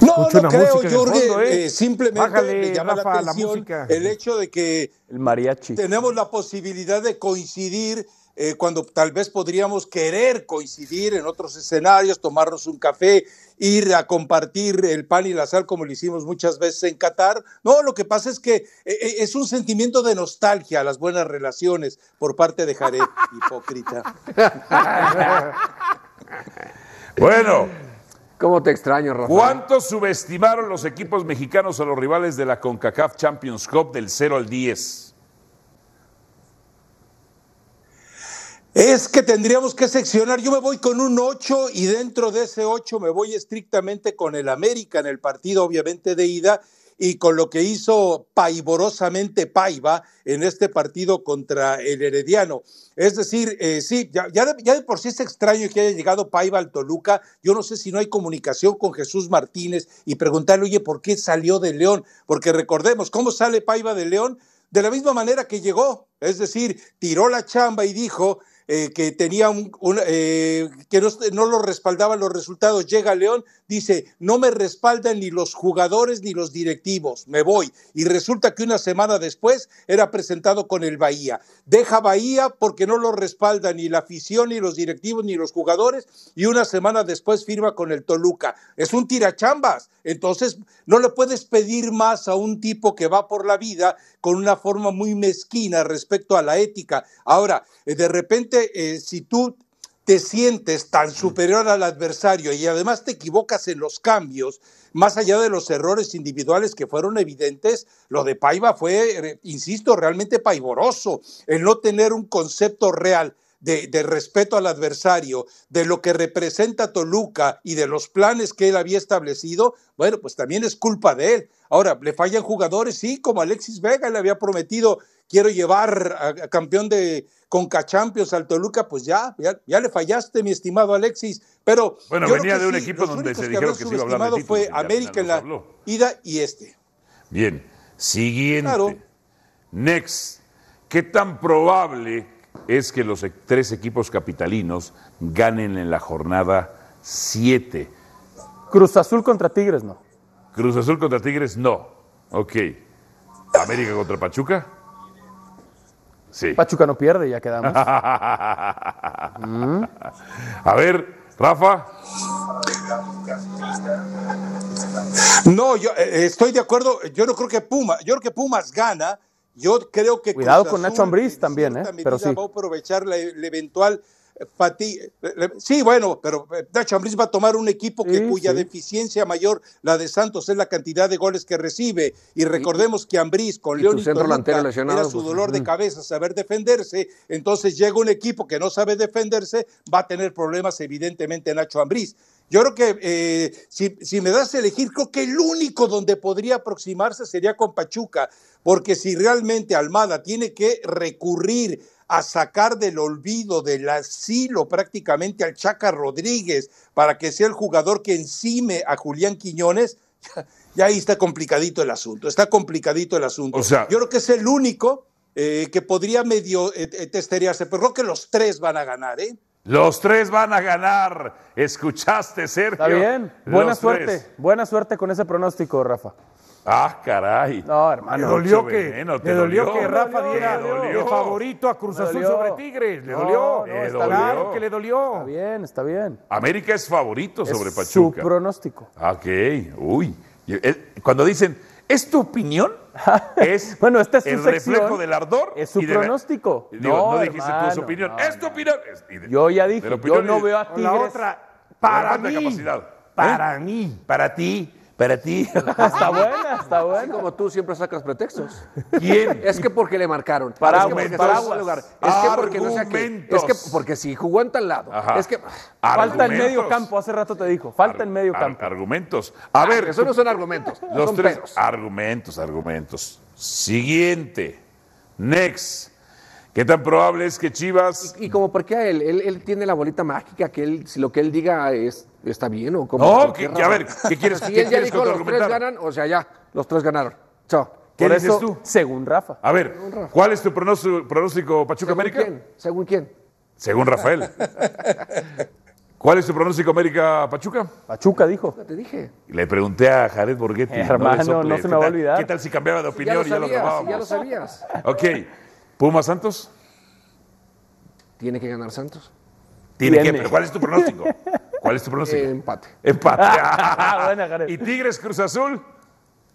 Speaker 18: No,
Speaker 13: escucha
Speaker 18: no
Speaker 13: una
Speaker 18: creo,
Speaker 13: música en el
Speaker 18: Jorge.
Speaker 13: fondo, ¿eh?
Speaker 18: eh, simplemente
Speaker 13: Bájale,
Speaker 18: me llama
Speaker 13: Rafa, la
Speaker 18: la atención
Speaker 13: música.
Speaker 18: el hecho de que
Speaker 8: El mariachi.
Speaker 18: tenemos la posibilidad de coincidir eh, cuando tal vez podríamos querer coincidir en otros escenarios, tomarnos un café, ir a compartir el pan y la sal como lo hicimos muchas veces en Qatar. No, lo que pasa es que eh, eh, es un sentimiento de nostalgia a las buenas relaciones por parte de Jared, hipócrita.
Speaker 5: Bueno.
Speaker 9: ¿Cómo te extraño, Rafael?
Speaker 5: ¿Cuánto subestimaron los equipos mexicanos a los rivales de la CONCACAF Champions Cup del 0 al 10?
Speaker 18: Es que tendríamos que seccionar. Yo me voy con un 8 y dentro de ese 8 me voy estrictamente con el América en el partido, obviamente, de ida y con lo que hizo paivorosamente Paiva en este partido contra el Herediano. Es decir, eh, sí, ya, ya de, ya de por sí es extraño que haya llegado Paiva al Toluca. Yo no sé si no hay comunicación con Jesús Martínez y preguntarle, oye, ¿por qué salió de León? Porque recordemos, ¿cómo sale Paiva de León? De la misma manera que llegó, es decir, tiró la chamba y dijo, eh, que tenía un, un eh, que no, no, lo respaldaban los resultados. Llega León, dice, no me respaldan ni los jugadores ni los directivos, me voy. Y resulta que una semana después era presentado con el Bahía. Deja Bahía porque no lo respaldan ni la afición, ni los directivos, ni los jugadores, y una semana después firma con el Toluca. Es un tirachambas. Entonces, no le puedes pedir más a un tipo que va por la vida con una forma muy mezquina respecto a la ética. Ahora, eh, de repente eh, si tú te sientes tan superior al adversario y además te equivocas en los cambios, más allá de los errores individuales que fueron evidentes, lo de Paiva fue, eh, insisto, realmente paivoroso, el no tener un concepto real. De, de, respeto al adversario, de lo que representa Toluca y de los planes que él había establecido, bueno, pues también es culpa de él. Ahora, le fallan jugadores, sí, como Alexis Vega le había prometido, quiero llevar a, a campeón de Concachampions al Toluca, pues ya, ya, ya, le fallaste, mi estimado Alexis. Pero
Speaker 5: bueno,
Speaker 18: yo
Speaker 5: venía
Speaker 18: creo
Speaker 5: de un
Speaker 18: sí,
Speaker 5: equipo
Speaker 18: los
Speaker 5: donde
Speaker 18: únicos
Speaker 5: se dijeron que,
Speaker 18: habrán
Speaker 5: se iba a hablar de
Speaker 18: subestimado fue
Speaker 5: títulos, y al
Speaker 18: América en
Speaker 5: final
Speaker 18: la
Speaker 5: nos habló.
Speaker 18: ida y este.
Speaker 5: Bien, siguiente.
Speaker 18: Claro.
Speaker 5: Next, ¿qué tan probable es que los e- tres equipos capitalinos ganen en la jornada 7?
Speaker 8: Cruz Azul contra Tigres, no.
Speaker 5: Cruz Azul contra Tigres, no. Ok. América contra Pachuca. Sí.
Speaker 8: Pachuca no pierde, ya quedamos.
Speaker 5: A ver, Rafa.
Speaker 18: No, yo eh, estoy de acuerdo, yo no creo que Puma, yo creo que Pumas gana, yo creo que Cruz
Speaker 8: Cuidado con
Speaker 18: Azul
Speaker 8: Nacho Ambriz también, ¿eh?
Speaker 18: cierta medida
Speaker 8: Pero sí.
Speaker 18: va a aprovechar la, e-, la eventual eh, fatiga. eh, Sí, bueno, pero eh, Nacho Ambriz va a tomar un equipo que, cuya deficiencia mayor, la de Santos, es la cantidad de goles que recibe. Y recordemos que Ambriz con
Speaker 9: y
Speaker 18: León
Speaker 9: tu
Speaker 18: y
Speaker 9: centro
Speaker 18: Toluca
Speaker 9: delantero lesionado,
Speaker 18: era su
Speaker 9: pues,
Speaker 18: dolor de
Speaker 9: mm.
Speaker 18: cabeza saber defenderse. Entonces llega un equipo que no sabe defenderse, va a tener problemas evidentemente Nacho Ambriz. Yo creo que eh, si, si me das a elegir, creo que el único donde podría aproximarse sería con Pachuca, porque si realmente Almada tiene que recurrir a sacar del olvido, del asilo prácticamente al Chaca Rodríguez para que sea el jugador que encime a Julián Quiñones, ya ahí está complicadito el asunto, está complicadito el asunto.
Speaker 5: O sea-
Speaker 18: Yo creo que es el único eh, que podría medio eh, eh, testerearse, pero creo que los tres van a ganar, ¿eh?
Speaker 5: Los tres van a ganar. Escuchaste, Sergio.
Speaker 8: Está bien. Buena
Speaker 5: Los
Speaker 8: suerte.
Speaker 5: tres.
Speaker 8: Buena suerte con ese pronóstico, Rafa.
Speaker 5: Ah, caray.
Speaker 8: No, hermano.
Speaker 13: Le dolió
Speaker 8: Mucho
Speaker 13: que,
Speaker 8: veneno, te
Speaker 13: le dolió
Speaker 8: dolió.
Speaker 13: que Rafa
Speaker 8: Me
Speaker 13: diera
Speaker 8: dolió.
Speaker 13: de favorito a Cruz
Speaker 8: Me
Speaker 13: Azul
Speaker 8: dolió.
Speaker 13: sobre Tigres. Le
Speaker 8: No,
Speaker 13: dolió.
Speaker 8: no, Le está
Speaker 13: claro
Speaker 8: dolió.
Speaker 13: que le dolió.
Speaker 8: Está bien, está bien.
Speaker 5: América es favorito sobre
Speaker 8: Es
Speaker 5: Pachuca.
Speaker 8: Su pronóstico.
Speaker 5: Ok, uy. Y, eh, Cuando dicen, ¿es tu opinión? Es
Speaker 8: bueno, este es su
Speaker 5: el
Speaker 8: sección.
Speaker 5: reflejo del ardor.
Speaker 8: Es su
Speaker 5: y de la-
Speaker 8: pronóstico.
Speaker 5: Digo, no, dijiste tú es
Speaker 8: hermano,
Speaker 5: opinión.
Speaker 8: no.
Speaker 5: es tu opinión. Es- y de-
Speaker 8: Yo ya dije,
Speaker 5: de la
Speaker 8: yo
Speaker 5: opinión
Speaker 8: no
Speaker 5: y-
Speaker 8: veo a
Speaker 5: o
Speaker 13: La
Speaker 8: Tigres.
Speaker 13: otra,
Speaker 5: la
Speaker 13: para
Speaker 5: falta de
Speaker 13: mí.
Speaker 5: capacidad. ¿Eh?
Speaker 13: Para mí.
Speaker 5: Para ti, para ti.
Speaker 8: Está buena, está buena.
Speaker 9: como tú siempre sacas pretextos.
Speaker 5: ¿Quién?
Speaker 9: Es que porque le marcaron.
Speaker 8: Paraguas,
Speaker 9: Es que porque,
Speaker 8: paraguas.
Speaker 9: estaba en lugar. Es que porque no sé a qué. Es
Speaker 8: Argumentos.
Speaker 9: que porque si jugó en tal lado.
Speaker 5: Ajá.
Speaker 9: Es que
Speaker 8: Falta en
Speaker 5: Argumentos.
Speaker 8: medio campo, hace rato te dijo. Falta en medio
Speaker 5: Ar-
Speaker 8: campo.
Speaker 5: argumentos. A ver.
Speaker 9: eso no Ah, son argumentos.
Speaker 5: Los
Speaker 9: son
Speaker 5: tres. Ah.
Speaker 9: peros.
Speaker 5: Argumentos, argumentos. Siguiente. Next. ¿Qué tan probable es que Chivas.
Speaker 9: Y como porque a él, él, él tiene la bolita mágica que él, si lo que él diga es está bien o como.
Speaker 5: No,
Speaker 9: ¿por qué
Speaker 5: que- que a ver,
Speaker 9: raro?
Speaker 5: ¿qué quieres-
Speaker 9: Si
Speaker 5: qué
Speaker 9: él ya
Speaker 5: quieres
Speaker 9: dijo los tres
Speaker 5: contraargumentar?
Speaker 9: ganan, o sea, ya, los tres ganaron. Chao.
Speaker 5: ¿Qué
Speaker 9: Por
Speaker 5: dices
Speaker 9: eso,
Speaker 5: tú?
Speaker 8: Según Rafa.
Speaker 5: A ver, ¿cuál es tu pronóstico, pronóstico Pachuca
Speaker 9: ¿Según
Speaker 5: América?
Speaker 9: quién? ¿Según quién?
Speaker 5: Según Rafael. ¿Cuál es tu pronóstico América Pachuca?
Speaker 8: Pachuca dijo.
Speaker 9: Te dije.
Speaker 5: Le pregunté a Jared Borghetti.
Speaker 8: Hermano,
Speaker 5: le soples.
Speaker 8: no se me va a
Speaker 5: ¿Qué tal-
Speaker 8: olvidar.
Speaker 5: ¿Qué tal si cambiaba
Speaker 9: Ya
Speaker 5: de opinión
Speaker 9: lo
Speaker 5: y ya lo
Speaker 9: sabías, ya lo
Speaker 5: grabábamos?
Speaker 9: sabías.
Speaker 5: Ok. Puma Santos.
Speaker 9: Tiene que ganar Santos.
Speaker 5: Tiene que, pero ¿cuál es tu pronóstico? ¿Cuál es tu pronóstico?
Speaker 9: Eh, empate.
Speaker 5: Empate. ¿Y Tigres Cruz Azul?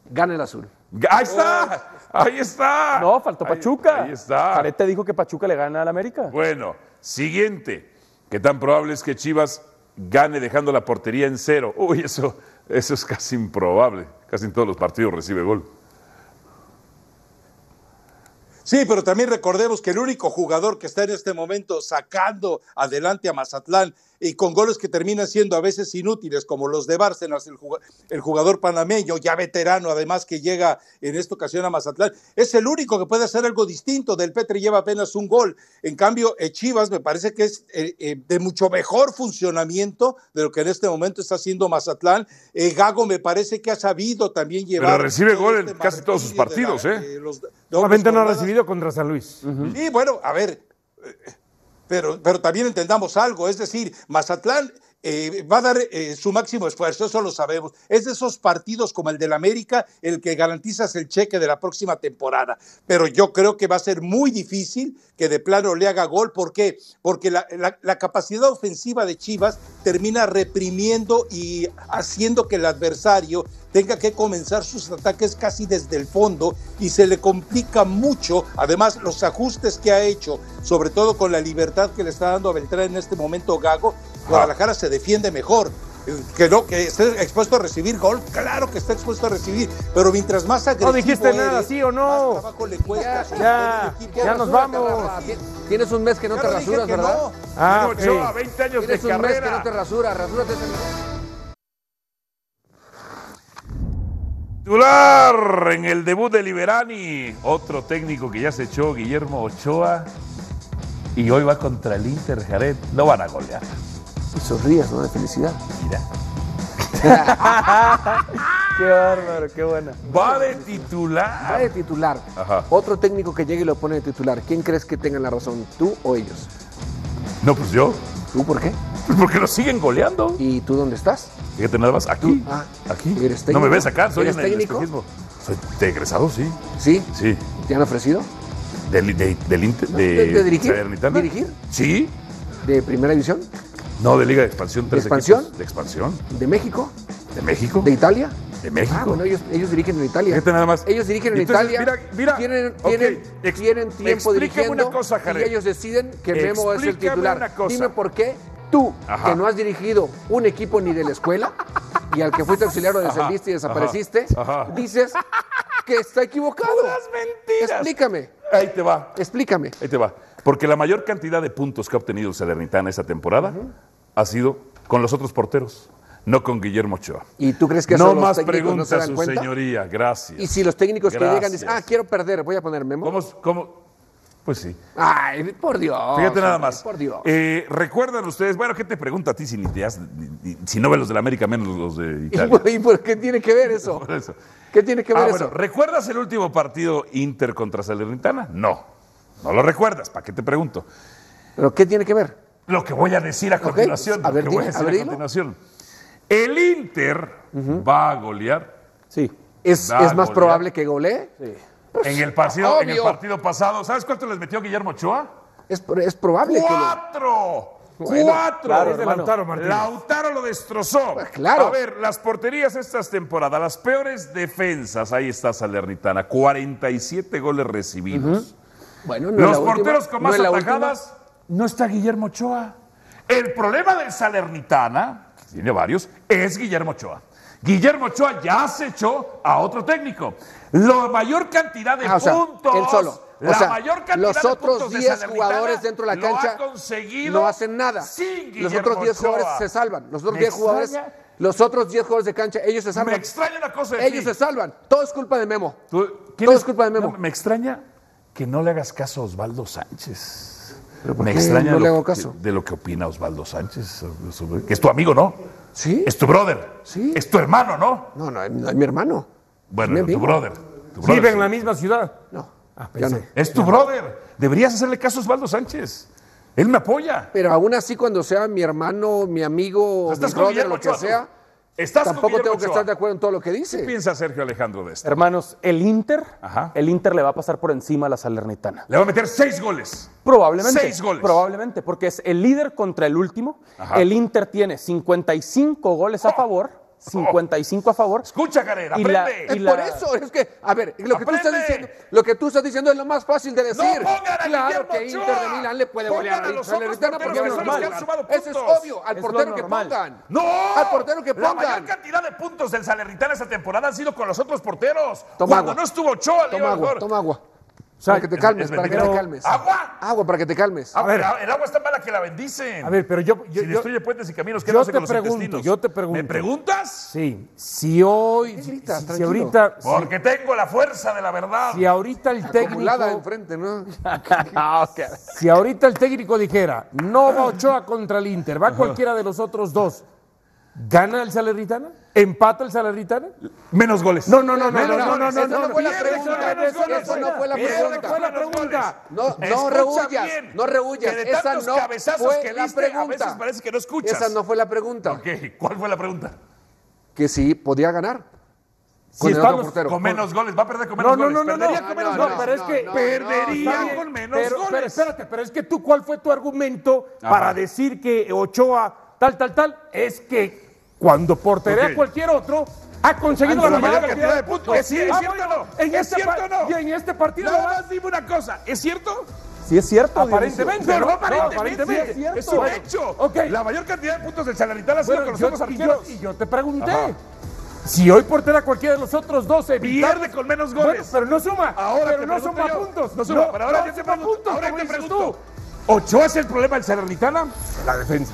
Speaker 9: Gana el azul.
Speaker 5: Ahí está.
Speaker 9: Oh.
Speaker 5: Ahí está.
Speaker 8: No, faltó Pachuca.
Speaker 5: Ahí está.
Speaker 8: Jared te dijo que Pachuca le gana al América.
Speaker 5: Bueno, siguiente. ¿Qué tan probable es que Chivas gane dejando la portería en cero? Uy, eso, eso es casi improbable. Casi en todos los partidos recibe gol.
Speaker 18: Sí, pero también recordemos que el único jugador que está en este momento sacando adelante a Mazatlán y con goles que terminan siendo a veces inútiles, como los de Bárcenas, el jugador, el jugador panameño, ya veterano, además que llega en esta ocasión a Mazatlán, es el único que puede hacer algo distinto. Del Petri lleva apenas un gol. En cambio, eh, Chivas me parece que es eh, eh, de mucho mejor funcionamiento de lo que en este momento está haciendo Mazatlán. Eh, Gago me parece que ha sabido también llevar.
Speaker 5: Pero recibe
Speaker 18: todo
Speaker 5: gol en
Speaker 18: este
Speaker 5: casi todos sus
Speaker 18: martirio de la-
Speaker 5: partidos, ¿eh?
Speaker 18: de los- de
Speaker 13: Solamente no ha
Speaker 18: jornadas.
Speaker 13: recibido contra San Luis.
Speaker 18: Sí, bueno, a ver, eh, pero, pero también entendamos algo, es decir, Mazatlán eh, va a dar eh, su máximo esfuerzo, eso lo sabemos. Es de esos partidos como el del América el que garantizas el cheque de la próxima temporada. Pero yo creo que va a ser muy difícil que de plano le haga gol. ¿Por qué? Porque la, la- la capacidad ofensiva de Chivas termina reprimiendo y haciendo que el adversario tenga que comenzar sus ataques casi desde el fondo y se le complica mucho, además los ajustes que ha hecho, sobre todo con la libertad que le está dando a Beltrán en este momento Gago, Guadalajara se defiende mejor. Eh, Que no, que esté expuesto a recibir gol, claro que está expuesto a recibir, pero mientras más agresivo
Speaker 13: No dijiste nada,
Speaker 18: eres,
Speaker 13: ¿sí o no?
Speaker 18: cuesta su-
Speaker 13: Ya,
Speaker 18: su equipo.
Speaker 13: ya nos vamos.
Speaker 9: Rafa, ti- Tienes un mes que no
Speaker 18: Ya
Speaker 9: te
Speaker 18: lo dije
Speaker 9: rasuras,
Speaker 18: que
Speaker 9: ¿verdad?
Speaker 18: no.
Speaker 13: Ah, ok.
Speaker 5: Ochoa, 20 años de
Speaker 9: Tienes un mes que
Speaker 5: carrera.
Speaker 9: no te rasuras, rasúrate ese mes.
Speaker 5: Titular en el debut de Liberani. Otro técnico que ya se echó, Guillermo Ochoa. Y hoy va contra el Inter Jared. Lo van a golear.
Speaker 9: Y sonrías, ¿no? De felicidad.
Speaker 5: Mira.
Speaker 8: Qué bárbaro, qué buena.
Speaker 5: Va de titular.
Speaker 9: Va de titular.
Speaker 5: Ajá.
Speaker 9: Otro técnico que llegue y lo pone de titular. ¿Quién crees que tenga la razón? ¿Tú o ellos?
Speaker 5: No, pues yo. Pues
Speaker 9: ¿Tú por qué?
Speaker 5: Porque lo siguen goleando.
Speaker 9: ¿Y tú dónde estás?
Speaker 5: Fíjate nada más. Aquí.
Speaker 9: Ah,
Speaker 5: Aquí.
Speaker 9: ¿Eres
Speaker 5: No
Speaker 9: técnico?
Speaker 5: me ves acá. Soy
Speaker 9: ¿Eres
Speaker 5: en el
Speaker 9: técnico?
Speaker 5: espejismo. Soy de egresado, sí.
Speaker 9: ¿Sí?
Speaker 5: Sí.
Speaker 9: ¿Te han ofrecido?
Speaker 5: Del, de, del Inter. De,
Speaker 9: ¿De, de dirigir?
Speaker 5: Salernitana.
Speaker 9: ¿Dirigir?
Speaker 5: Sí.
Speaker 9: ¿De primera división?
Speaker 5: No, de Liga de Expansión. tres
Speaker 9: expansión?
Speaker 5: equipos. De expansión.
Speaker 9: ¿De México?
Speaker 5: De México.
Speaker 9: ¿De Italia?
Speaker 5: De
Speaker 9: Ah,
Speaker 5: México.
Speaker 9: bueno, ellos, ellos dirigen en Italia.
Speaker 5: Fíjate nada más.
Speaker 9: Ellos dirigen en
Speaker 5: Entonces,
Speaker 9: Italia.
Speaker 5: mira, mira,
Speaker 9: tienen,
Speaker 5: ok,
Speaker 9: tienen,
Speaker 5: ex-
Speaker 9: tienen tiempo
Speaker 5: explícame
Speaker 9: dirigiendo.
Speaker 5: una cosa, Jared.
Speaker 9: y ellos deciden que Memo es el
Speaker 5: Explícame
Speaker 9: titular.
Speaker 5: una cosa.
Speaker 9: Dime por qué tú,
Speaker 5: Ajá.
Speaker 9: que no has dirigido un equipo ni de la escuela, y al que fuiste auxiliar lo
Speaker 5: Ajá,
Speaker 9: descendiste y
Speaker 5: ajá,
Speaker 9: desapareciste,
Speaker 5: ajá.
Speaker 9: dices que está equivocado. Explícame,
Speaker 5: Ahí te va.
Speaker 9: explícame.
Speaker 5: Ahí te va. Porque la mayor cantidad de puntos que ha obtenido Salernitana esta temporada ha sido con los otros porteros, no con Guillermo Ochoa.
Speaker 9: ¿Y tú crees que eso
Speaker 5: No
Speaker 9: los
Speaker 5: más
Speaker 9: técnicos no
Speaker 5: preguntas,
Speaker 9: se dan
Speaker 5: su
Speaker 9: cuenta?
Speaker 5: señoría. Gracias.
Speaker 9: Y si los técnicos que llegan dicen,
Speaker 5: Gracias.
Speaker 9: ah, quiero perder, voy a poner Memo.
Speaker 5: ¿Cómo? cómo? Pues sí.
Speaker 9: Ay, por Dios.
Speaker 5: Fíjate nada
Speaker 9: hombre,
Speaker 5: más.
Speaker 9: Por Dios.
Speaker 5: Eh, ¿Recuerdan ustedes? Bueno, ¿qué te pregunta a ti si, ni te has- ni- ni- si no ves los de la América menos los de
Speaker 9: ¿Y
Speaker 5: Italia?
Speaker 9: por, y por qué tiene que ver eso?
Speaker 5: Por eso.
Speaker 9: ¿Qué tiene que ver
Speaker 5: Ah,
Speaker 9: eso?
Speaker 5: bueno, ¿recuerdas el último partido Inter contra Salernitana? No, no lo recuerdas, ¿para qué te pregunto?
Speaker 9: ¿Pero qué tiene que ver?
Speaker 5: Lo que voy a decir a continuación.
Speaker 9: pues, a ver,
Speaker 5: lo que voy
Speaker 9: dime,
Speaker 5: a decir
Speaker 9: a ver,
Speaker 5: a
Speaker 9: dilo.
Speaker 5: continuación. El Inter va a golear.
Speaker 8: Sí.
Speaker 9: ¿Es, es más probable que golee?
Speaker 5: En el, partido, en el
Speaker 9: Pues, Obvio.
Speaker 5: partido pasado, ¿sabes cuánto les metió Guillermo Ochoa?
Speaker 9: Es, pro- es probable que lo-
Speaker 5: ¡Cuatro!
Speaker 9: Bueno,
Speaker 5: ¡Cuatro!
Speaker 13: claro, Es de hermano. Lautaro Martínez.
Speaker 5: Lautaro lo destrozó.
Speaker 9: Ah, claro.
Speaker 5: A ver, las porterías estas temporadas, las peores defensas, ahí está Salernitana, 47 goles recibidos.
Speaker 9: Bueno, no es
Speaker 5: Los
Speaker 9: la última,
Speaker 5: porteros con
Speaker 9: no
Speaker 5: más
Speaker 9: es la última.
Speaker 5: atajadas no está Guillermo Ochoa. El problema del Salernitana, que tiene varios, es Guillermo Ochoa. Guillermo Ochoa ya se echó a otro técnico. La mayor cantidad de
Speaker 9: Ah, o sea,
Speaker 5: puntos.
Speaker 9: él solo. O
Speaker 5: La
Speaker 9: sea,
Speaker 5: mayor cantidad
Speaker 9: los
Speaker 5: de
Speaker 9: otros
Speaker 5: puntos de
Speaker 9: 10
Speaker 5: Salernitana
Speaker 9: jugadores dentro de la
Speaker 5: lo
Speaker 9: cancha
Speaker 5: ha conseguido
Speaker 9: no hacen nada.
Speaker 5: sin
Speaker 9: los
Speaker 5: Guillermo
Speaker 9: otros 10 jugadores
Speaker 5: Ochoa.
Speaker 9: se salvan. Los otros
Speaker 5: Me
Speaker 9: 10 jugadores,
Speaker 5: extraña-
Speaker 9: los otros 10 jugadores de cancha, ellos se
Speaker 5: Me
Speaker 9: salvan.
Speaker 5: extraña una cosa de
Speaker 9: Ellos
Speaker 5: ti.
Speaker 9: se salvan. Todo es culpa de Memo.
Speaker 5: Tú- ¿quién
Speaker 9: Todo es culpa de Memo.
Speaker 5: No, me extraña que no le hagas caso a Osvaldo Sánchez.
Speaker 9: por
Speaker 5: Me
Speaker 9: qué
Speaker 5: extraña
Speaker 9: no
Speaker 5: lo
Speaker 9: le hago
Speaker 5: que-
Speaker 9: caso?
Speaker 5: De, lo que opina Osvaldo Sánchez. sobre- Que es tu amigo, ¿no?
Speaker 9: ¿Sí?
Speaker 5: Es tu brother.
Speaker 9: Sí.
Speaker 5: Es tu hermano, ¿no?
Speaker 9: No, no, no es mi hermano.
Speaker 5: Bueno,
Speaker 9: mi
Speaker 5: tu
Speaker 9: amigo.
Speaker 5: brother. Tu brother.
Speaker 13: Vive en la misma ciudad.
Speaker 9: No.
Speaker 13: Ah,
Speaker 9: ya no.
Speaker 13: pensé.
Speaker 5: Es tu brother. Deberías hacerle caso a Osvaldo Sánchez. Él me apoya.
Speaker 9: Pero aún así, cuando sea mi hermano, mi amigo, mi
Speaker 5: Estás con
Speaker 9: brother,
Speaker 5: Guillermo
Speaker 9: lo que
Speaker 5: Ochoa, tú.
Speaker 9: sea,
Speaker 5: ¿Estás con
Speaker 9: Tampoco
Speaker 5: Guillermo
Speaker 9: tengo que
Speaker 5: Ochoa?
Speaker 9: estar de acuerdo en todo lo que dice.
Speaker 5: ¿Qué piensa Sergio Alejandro de esto?
Speaker 19: Hermanos, el Inter, el Inter le va a pasar por encima a la Salernitana.
Speaker 5: Le va a meter seis goles.
Speaker 19: Probablemente.
Speaker 5: Seis goles.
Speaker 19: Probablemente, porque es el líder contra el último.
Speaker 5: Ajá. Oh.
Speaker 19: El Inter tiene 55 goles a favor. 55 a favor.
Speaker 5: Escucha, Carrera,
Speaker 19: Y la-
Speaker 5: aprende.
Speaker 19: y
Speaker 9: Es
Speaker 19: la-
Speaker 9: por eso, es que, a ver, lo que, tú estás
Speaker 5: Aprende.
Speaker 9: diciendo, lo que tú estás diciendo es lo más fácil de decir.
Speaker 5: pongan a
Speaker 9: claro
Speaker 5: Guillermo
Speaker 9: que Inter de
Speaker 5: Ochoa.
Speaker 9: Milán le puede
Speaker 5: Pongan
Speaker 9: golear
Speaker 5: a
Speaker 9: a
Speaker 5: los
Speaker 9: Inter de
Speaker 5: otros
Speaker 9: Milán porque
Speaker 5: porteros
Speaker 9: es
Speaker 5: que son los que
Speaker 9: normal.
Speaker 5: han sumado
Speaker 9: Eso es
Speaker 5: puntos.
Speaker 9: obvio, al
Speaker 5: Es
Speaker 9: portero
Speaker 5: lo
Speaker 9: que
Speaker 5: normal.
Speaker 9: pongan.
Speaker 5: ¡No!
Speaker 9: Al portero que
Speaker 5: La mayor
Speaker 9: pongan.
Speaker 5: cantidad de puntos del Salernitana esta temporada han sido con los otros porteros.
Speaker 9: Toma
Speaker 5: Cuando
Speaker 9: agua.
Speaker 5: no estuvo Ochoa, le iba
Speaker 9: Toma agua,
Speaker 5: mejor.
Speaker 9: toma agua.
Speaker 5: O sea,
Speaker 9: para que te
Speaker 5: es-
Speaker 9: calmes,
Speaker 5: es
Speaker 9: para que
Speaker 5: bendito.
Speaker 9: te calmes.
Speaker 5: ¡Agua!
Speaker 9: Agua, para que te calmes.
Speaker 5: A ver, Ah, el agua está mala que la bendicen.
Speaker 9: A ver, pero yo- yo-
Speaker 5: si
Speaker 9: yo-
Speaker 5: destruye puentes y caminos, ¿qué
Speaker 9: yo
Speaker 5: no hace
Speaker 9: te
Speaker 5: con los
Speaker 9: pregunto,
Speaker 5: intestinos?
Speaker 9: yo te
Speaker 5: ¿Me
Speaker 9: pregunto.
Speaker 5: preguntas?
Speaker 8: Sí, si hoy, si- si, si ahorita, si-
Speaker 5: Porque tengo la fuerza de la verdad.
Speaker 8: si ahorita el
Speaker 9: Acumulada
Speaker 8: técnico,
Speaker 9: enfrente, ¿no?
Speaker 8: si ahorita el técnico dijera, no va Ochoa contra el Inter, va cualquiera de los otros dos, ¿gana el Salernitana? ¿Empata el Salernitana?
Speaker 5: Menos goles.
Speaker 8: No, no, no, no,
Speaker 9: Menos
Speaker 8: no, no, no,
Speaker 9: goles.
Speaker 8: no,
Speaker 9: Esa
Speaker 8: no,
Speaker 9: no fue la
Speaker 8: no,
Speaker 9: pregunta.
Speaker 8: no, no, no,
Speaker 9: Esa no fue la
Speaker 8: Esa
Speaker 9: pregunta.
Speaker 8: no fue la pregunta.
Speaker 9: No, no
Speaker 5: Escucha
Speaker 9: rehuyas,
Speaker 5: bien,
Speaker 9: no rehuyas.
Speaker 5: que de
Speaker 9: Esa
Speaker 5: tantos
Speaker 9: no
Speaker 5: cabezazos
Speaker 9: fue
Speaker 5: que
Speaker 9: la
Speaker 5: diste, a
Speaker 9: pregunta.
Speaker 5: veces parece que no escuchas.
Speaker 9: Esa no fue la pregunta.
Speaker 5: Ok, ¿cuál fue la pregunta?
Speaker 9: Que sí podía ganar.
Speaker 5: Si
Speaker 9: Con el
Speaker 5: estamos
Speaker 9: otro portero.
Speaker 5: con menos goles, va a perder con
Speaker 8: No,
Speaker 5: menos
Speaker 8: no,
Speaker 5: goles.
Speaker 8: no, no, no,
Speaker 9: Ah,
Speaker 5: Perdería con menos
Speaker 8: no,
Speaker 5: goles.
Speaker 8: pero es que
Speaker 5: perdería
Speaker 8: está bien,
Speaker 5: con menos
Speaker 8: pero-
Speaker 5: goles.
Speaker 8: Pero espérate, pero es que tú, ¿cuál fue tu argumento
Speaker 5: Ajá.
Speaker 8: para decir que Ochoa tal, tal, tal? Es que cuando portería
Speaker 5: Ok.
Speaker 8: cualquier otro ah, ha conseguido
Speaker 5: Con
Speaker 8: la mayor
Speaker 5: cantidad de puntos.
Speaker 8: Pues
Speaker 5: ¿Es
Speaker 8: sí, ah,
Speaker 5: cierto o
Speaker 8: bueno,
Speaker 5: no?
Speaker 8: En
Speaker 5: ¿Es
Speaker 8: este
Speaker 5: cierto
Speaker 8: pa-
Speaker 5: o no?
Speaker 8: Y en este partido
Speaker 5: Nada
Speaker 8: nomás-
Speaker 5: más dime una cosa. ¿Es cierto?
Speaker 19: Sí es cierto,
Speaker 5: Aparentemente,
Speaker 8: Dionisio.
Speaker 5: no,
Speaker 8: No,
Speaker 5: aparentemente,
Speaker 8: aparentemente.
Speaker 5: sí, es,
Speaker 8: Es
Speaker 5: un
Speaker 8: cierto.
Speaker 5: hecho.
Speaker 8: Ok.
Speaker 5: La mayor cantidad de puntos del Salernitana ha sido
Speaker 8: Bueno,
Speaker 5: con los
Speaker 8: yo-
Speaker 5: otros
Speaker 8: y yo-
Speaker 5: arqueros.
Speaker 8: Y yo, te pregunté.
Speaker 5: Ajá.
Speaker 8: Si hoy portera cualquiera de los otros dos evita-
Speaker 5: Pierde con menos
Speaker 8: Bueno,
Speaker 5: goles.
Speaker 8: pero no suma.
Speaker 5: Ahora
Speaker 8: pero
Speaker 5: te
Speaker 8: no
Speaker 5: pregunto
Speaker 8: suma
Speaker 5: yo.
Speaker 8: puntos.
Speaker 5: No suma, pero ahora yo te
Speaker 8: suma
Speaker 5: pregunto,
Speaker 8: puntos,
Speaker 5: ahora
Speaker 8: como
Speaker 5: te
Speaker 8: dices
Speaker 5: pregunto.
Speaker 8: tú.
Speaker 5: ¿Ochoa es el problema del Salernitana? La defensa.